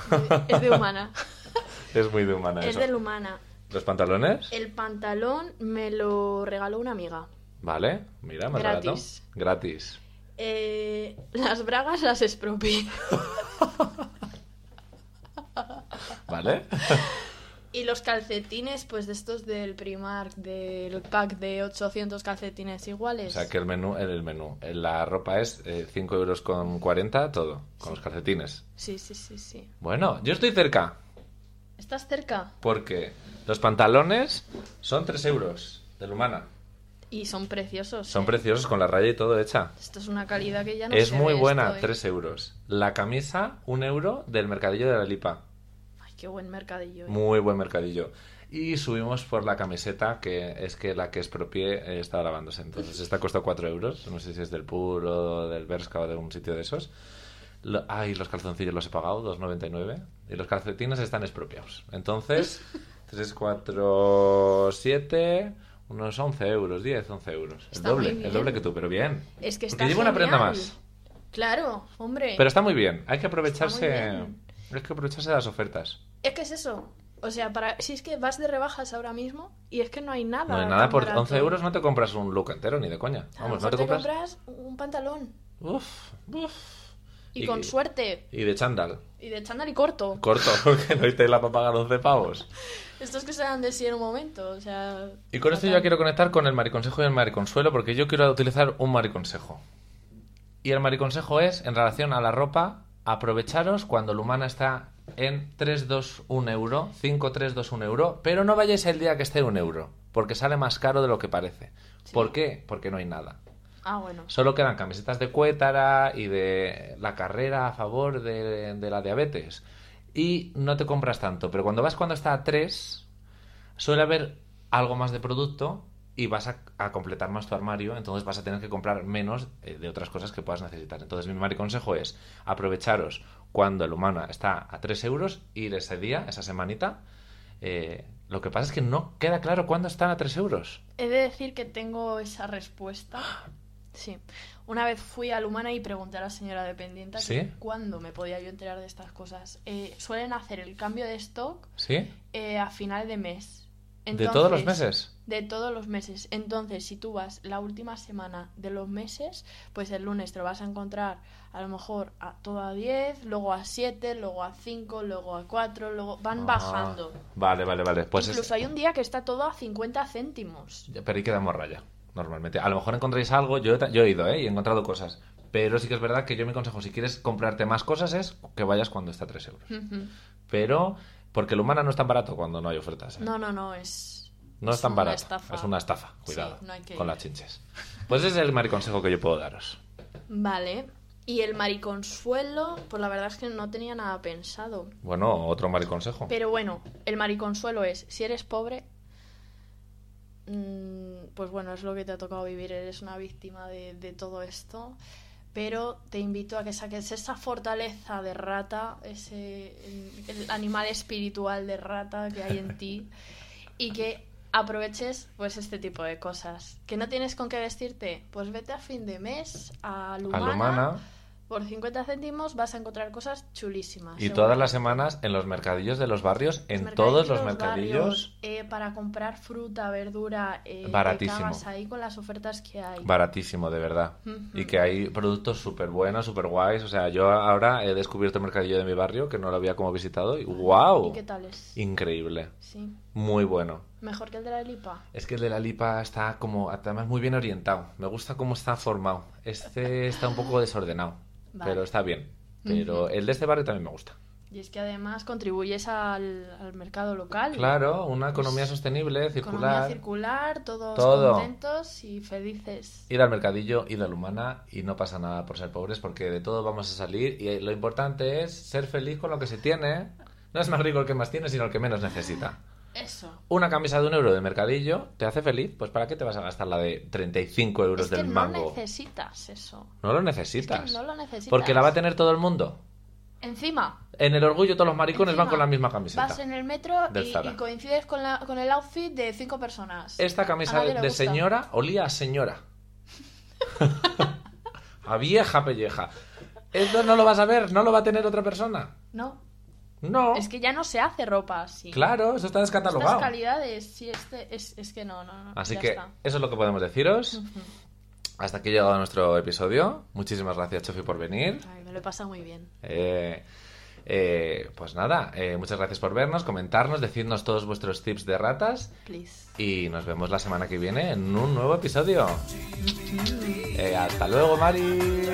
Speaker 2: Es de humana.
Speaker 1: es muy de humana
Speaker 2: es Eh,
Speaker 1: eso.
Speaker 2: de Lumana.
Speaker 1: ¿Los pantalones?
Speaker 2: El pantalón me lo regaló una amiga.
Speaker 1: Vale, mira, más barato.
Speaker 2: Gratis.
Speaker 1: Gratis.
Speaker 2: Eh, las bragas las expropié.
Speaker 1: ¿Vale?
Speaker 2: Y los calcetines, pues de estos del Primark, del pack de 800 calcetines iguales.
Speaker 1: O sea, que el menú, el, el menú, eh, la ropa es eh, 5 euros con 40, todo, con los calcetines.
Speaker 2: Sí, sí, sí, sí.
Speaker 1: Bueno, yo estoy cerca,
Speaker 2: ¿Estás cerca?
Speaker 1: porque los pantalones son 3 euros del humana.
Speaker 2: Y son preciosos.
Speaker 1: Son
Speaker 2: ¿eh?
Speaker 1: preciosos con la raya y todo hecha.
Speaker 2: Esto es una calidad que ya no
Speaker 1: es
Speaker 2: se
Speaker 1: muy
Speaker 2: ve
Speaker 1: buena,
Speaker 2: esto, ¿eh?
Speaker 1: 3 euros. La camisa, 1 euro del mercadillo de la Lipa.
Speaker 2: Ay, qué buen mercadillo. ¿eh?
Speaker 1: Muy buen mercadillo. Y subimos por la camiseta, que es que la que expropié eh, está lavándose. Entonces, esta cuesta 4 euros. No sé si es del Puro, del Berska o de un sitio de esos. Lo- ay, los calzoncillos los he pagado, 2,99. Y los calcetines están expropiados. Entonces, 3, 4, 7, unos 11 euros, 10, 11 euros.
Speaker 2: Está
Speaker 1: el
Speaker 2: muy
Speaker 1: doble, el
Speaker 2: bien. Eh,
Speaker 1: doble que tú, pero bien.
Speaker 2: Es que está
Speaker 1: Porque llevo una prenda
Speaker 2: genial.
Speaker 1: más.
Speaker 2: Claro, hombre.
Speaker 1: Pero está muy bien, hay que
Speaker 2: Está
Speaker 1: aprovecharse,
Speaker 2: muy bien.
Speaker 1: hay que aprovecharse de las ofertas.
Speaker 2: Es que es eso. O sea, para... si es que vas de rebajas ahora mismo y es que no hay nada.
Speaker 1: No hay nada,
Speaker 2: Ah, tan Ah, pues
Speaker 1: por
Speaker 2: barato.
Speaker 1: 11 euros no te compras un look entero, ni de coña.
Speaker 2: A lo
Speaker 1: Vamos, no
Speaker 2: mejor
Speaker 1: te compras...
Speaker 2: un pantalón.
Speaker 1: Uf, uf.
Speaker 2: Y, con suerte.
Speaker 1: Y de chándal.
Speaker 2: Y de chándal y corto.
Speaker 1: Corto, porque no hay tela para pagar 11 pavos.
Speaker 2: Estos que se dan de sí en un momento. O sea.
Speaker 1: Y con esto yo ya quiero conectar con el mariconsejo y el mariconsuelo, porque yo quiero utilizar un mariconsejo. Y el mariconsejo es, en relación a la ropa, aprovecharos cuando Lumana está en 321 euro, 5321 euro, pero no vayáis el día que esté un euro, porque sale más caro de lo que parece. ¿Por qué? Porque no hay nada.
Speaker 2: Ah, bueno.
Speaker 1: Solo quedan camisetas de Cuétara y de la carrera a favor de, de la diabetes. Y no te compras tanto, pero cuando vas cuando está a 3, suele haber algo más de producto y vas a, a completar más tu armario, entonces vas a tener que comprar menos eh, de otras cosas que puedas necesitar. Entonces mi mal consejo es aprovecharos cuando el humana está a 3 euros, ir ese día, esa semanita. Eh, lo que pasa es que no queda claro cuándo están a 3 euros.
Speaker 2: He de decir que tengo esa respuesta. Sí. Una vez fui a Lumana y pregunté a la señora dependiente que
Speaker 1: ¿Sí?
Speaker 2: cuándo me podía yo enterar de estas cosas. Eh, suelen hacer el cambio de stock
Speaker 1: ¿Sí?
Speaker 2: eh, a final de mes.
Speaker 1: ¿De todos los
Speaker 2: Entonces,
Speaker 1: meses?
Speaker 2: De todos los meses. Entonces, si tú vas la última semana de los meses, pues el lunes te lo vas a encontrar a lo mejor a todo a 10, luego a 7, luego a 5, luego a 4, luego van
Speaker 1: Ah,
Speaker 2: bajando.
Speaker 1: Vale, vale, vale. Pues es-
Speaker 2: Incluso hay un día que está todo a 50 céntimos.
Speaker 1: Ya, Pero ahí quedamos raya, normalmente. A lo mejor encontráis algo, yo, he ta- yo he ido, ¿eh? Y he encontrado cosas. Pero sí que es verdad que yo mi consejo, si quieres comprarte más cosas, es que vayas cuando está a 3 euros.
Speaker 2: Ujú.
Speaker 1: Pero, porque el humana no es tan barato cuando no hay ofertas. ¿eh?
Speaker 2: No, no, no, es...
Speaker 1: No es tan
Speaker 2: una
Speaker 1: barato.
Speaker 2: estafa.
Speaker 1: Es una estafa, cuidado.
Speaker 2: no hay que
Speaker 1: Con
Speaker 2: ir.
Speaker 1: las chinches. Pues ese es el mariconsejo que yo puedo daros.
Speaker 2: Vale. Y el mariconsuelo, pues la verdad es que no tenía nada pensado.
Speaker 1: Bueno, otro mariconsejo.
Speaker 2: Pero bueno, el mariconsuelo es, si eres pobre, mm, pues bueno, es lo que te ha tocado vivir, eres una víctima de, de todo esto. Pero te invito a que saques esa fortaleza de rata, ese el animal espiritual de rata que hay en ti, y que aproveches pues este tipo de cosas. ¿Que no tienes con qué vestirte? Pues vete a fin de mes a
Speaker 1: A
Speaker 2: Lumana.
Speaker 1: la humana
Speaker 2: Por 50 céntimos vas a encontrar cosas chulísimas.
Speaker 1: y
Speaker 2: seguro.
Speaker 1: todas las semanas en los mercadillos de los barrios, en todos los mercadillos,
Speaker 2: barrios, eh, para comprar fruta, verdura, eh, te
Speaker 1: Baratísimo.
Speaker 2: cagas ahí con las ofertas que hay.
Speaker 1: baratísimo, de verdad.
Speaker 2: Ujú.
Speaker 1: Y que hay productos súper buenos, súper guays. O sea, yo ahora he descubierto el mercadillo de mi barrio, que no lo había como visitado, y
Speaker 2: ¿Y
Speaker 1: ¡wow!
Speaker 2: qué tal es?
Speaker 1: Increíble.
Speaker 2: Sí,
Speaker 1: Muy bueno.
Speaker 2: mejor que el de la Lipa.
Speaker 1: Es que el de la lipa está como, además, muy bien orientado. Me gusta cómo está formado. Este está un poco desordenado,
Speaker 2: Vale.
Speaker 1: pero está bien. Pero el de este barrio también me gusta.
Speaker 2: Y es que además contribuyes al, al mercado local.
Speaker 1: Claro, una economía sostenible,
Speaker 2: Pues, Economía
Speaker 1: circular.
Speaker 2: circular, todos
Speaker 1: Todo.
Speaker 2: contentos y felices.
Speaker 1: Ir al mercadillo, ir a la humana y no pasa nada por ser pobres porque de todo vamos a salir y lo importante es ser feliz con lo que se tiene. No es más rico el que más tiene, sino el que menos necesita.
Speaker 2: Eso.
Speaker 1: Una camisa de un euro de mercadillo te hace feliz, pues ¿para qué te vas a gastar la de 35 euros
Speaker 2: Es que
Speaker 1: del
Speaker 2: no
Speaker 1: mango?
Speaker 2: necesitas eso.
Speaker 1: No lo
Speaker 2: Es que
Speaker 1: necesitas.
Speaker 2: no lo necesitas.
Speaker 1: porque la va a tener todo el mundo.
Speaker 2: Encima,
Speaker 1: En el orgullo todos los maricones van
Speaker 2: Encima,
Speaker 1: con la misma camiseta.
Speaker 2: vas en el metro
Speaker 1: Del
Speaker 2: y,
Speaker 1: Zara.
Speaker 2: y coincides con, la- con el outfit de cinco personas.
Speaker 1: Esta camisa
Speaker 2: A nadie le
Speaker 1: de
Speaker 2: gusta.
Speaker 1: señora olía a señora. a vieja pelleja. Esto no lo vas a ver, no lo va a tener otra persona.
Speaker 2: No,
Speaker 1: No.
Speaker 2: Es que ya no se hace ropa así.
Speaker 1: Claro, eso está
Speaker 2: Estas
Speaker 1: descatalogado.
Speaker 2: calidades, sí, este, es, es que no, no, no.
Speaker 1: Así
Speaker 2: ya
Speaker 1: que
Speaker 2: está.
Speaker 1: eso es lo que podemos deciros. Hasta aquí ha llegado nuestro episodio. Muchísimas gracias, Chofi, por venir.
Speaker 2: Ay, me lo he pasado muy bien.
Speaker 1: Eh, Eh, pues nada, eh, muchas gracias por vernos, comentarnos, decirnos todos vuestros tips de ratas
Speaker 2: Please.
Speaker 1: y nos vemos la semana que viene en un nuevo episodio. Eh, hasta luego, Mari.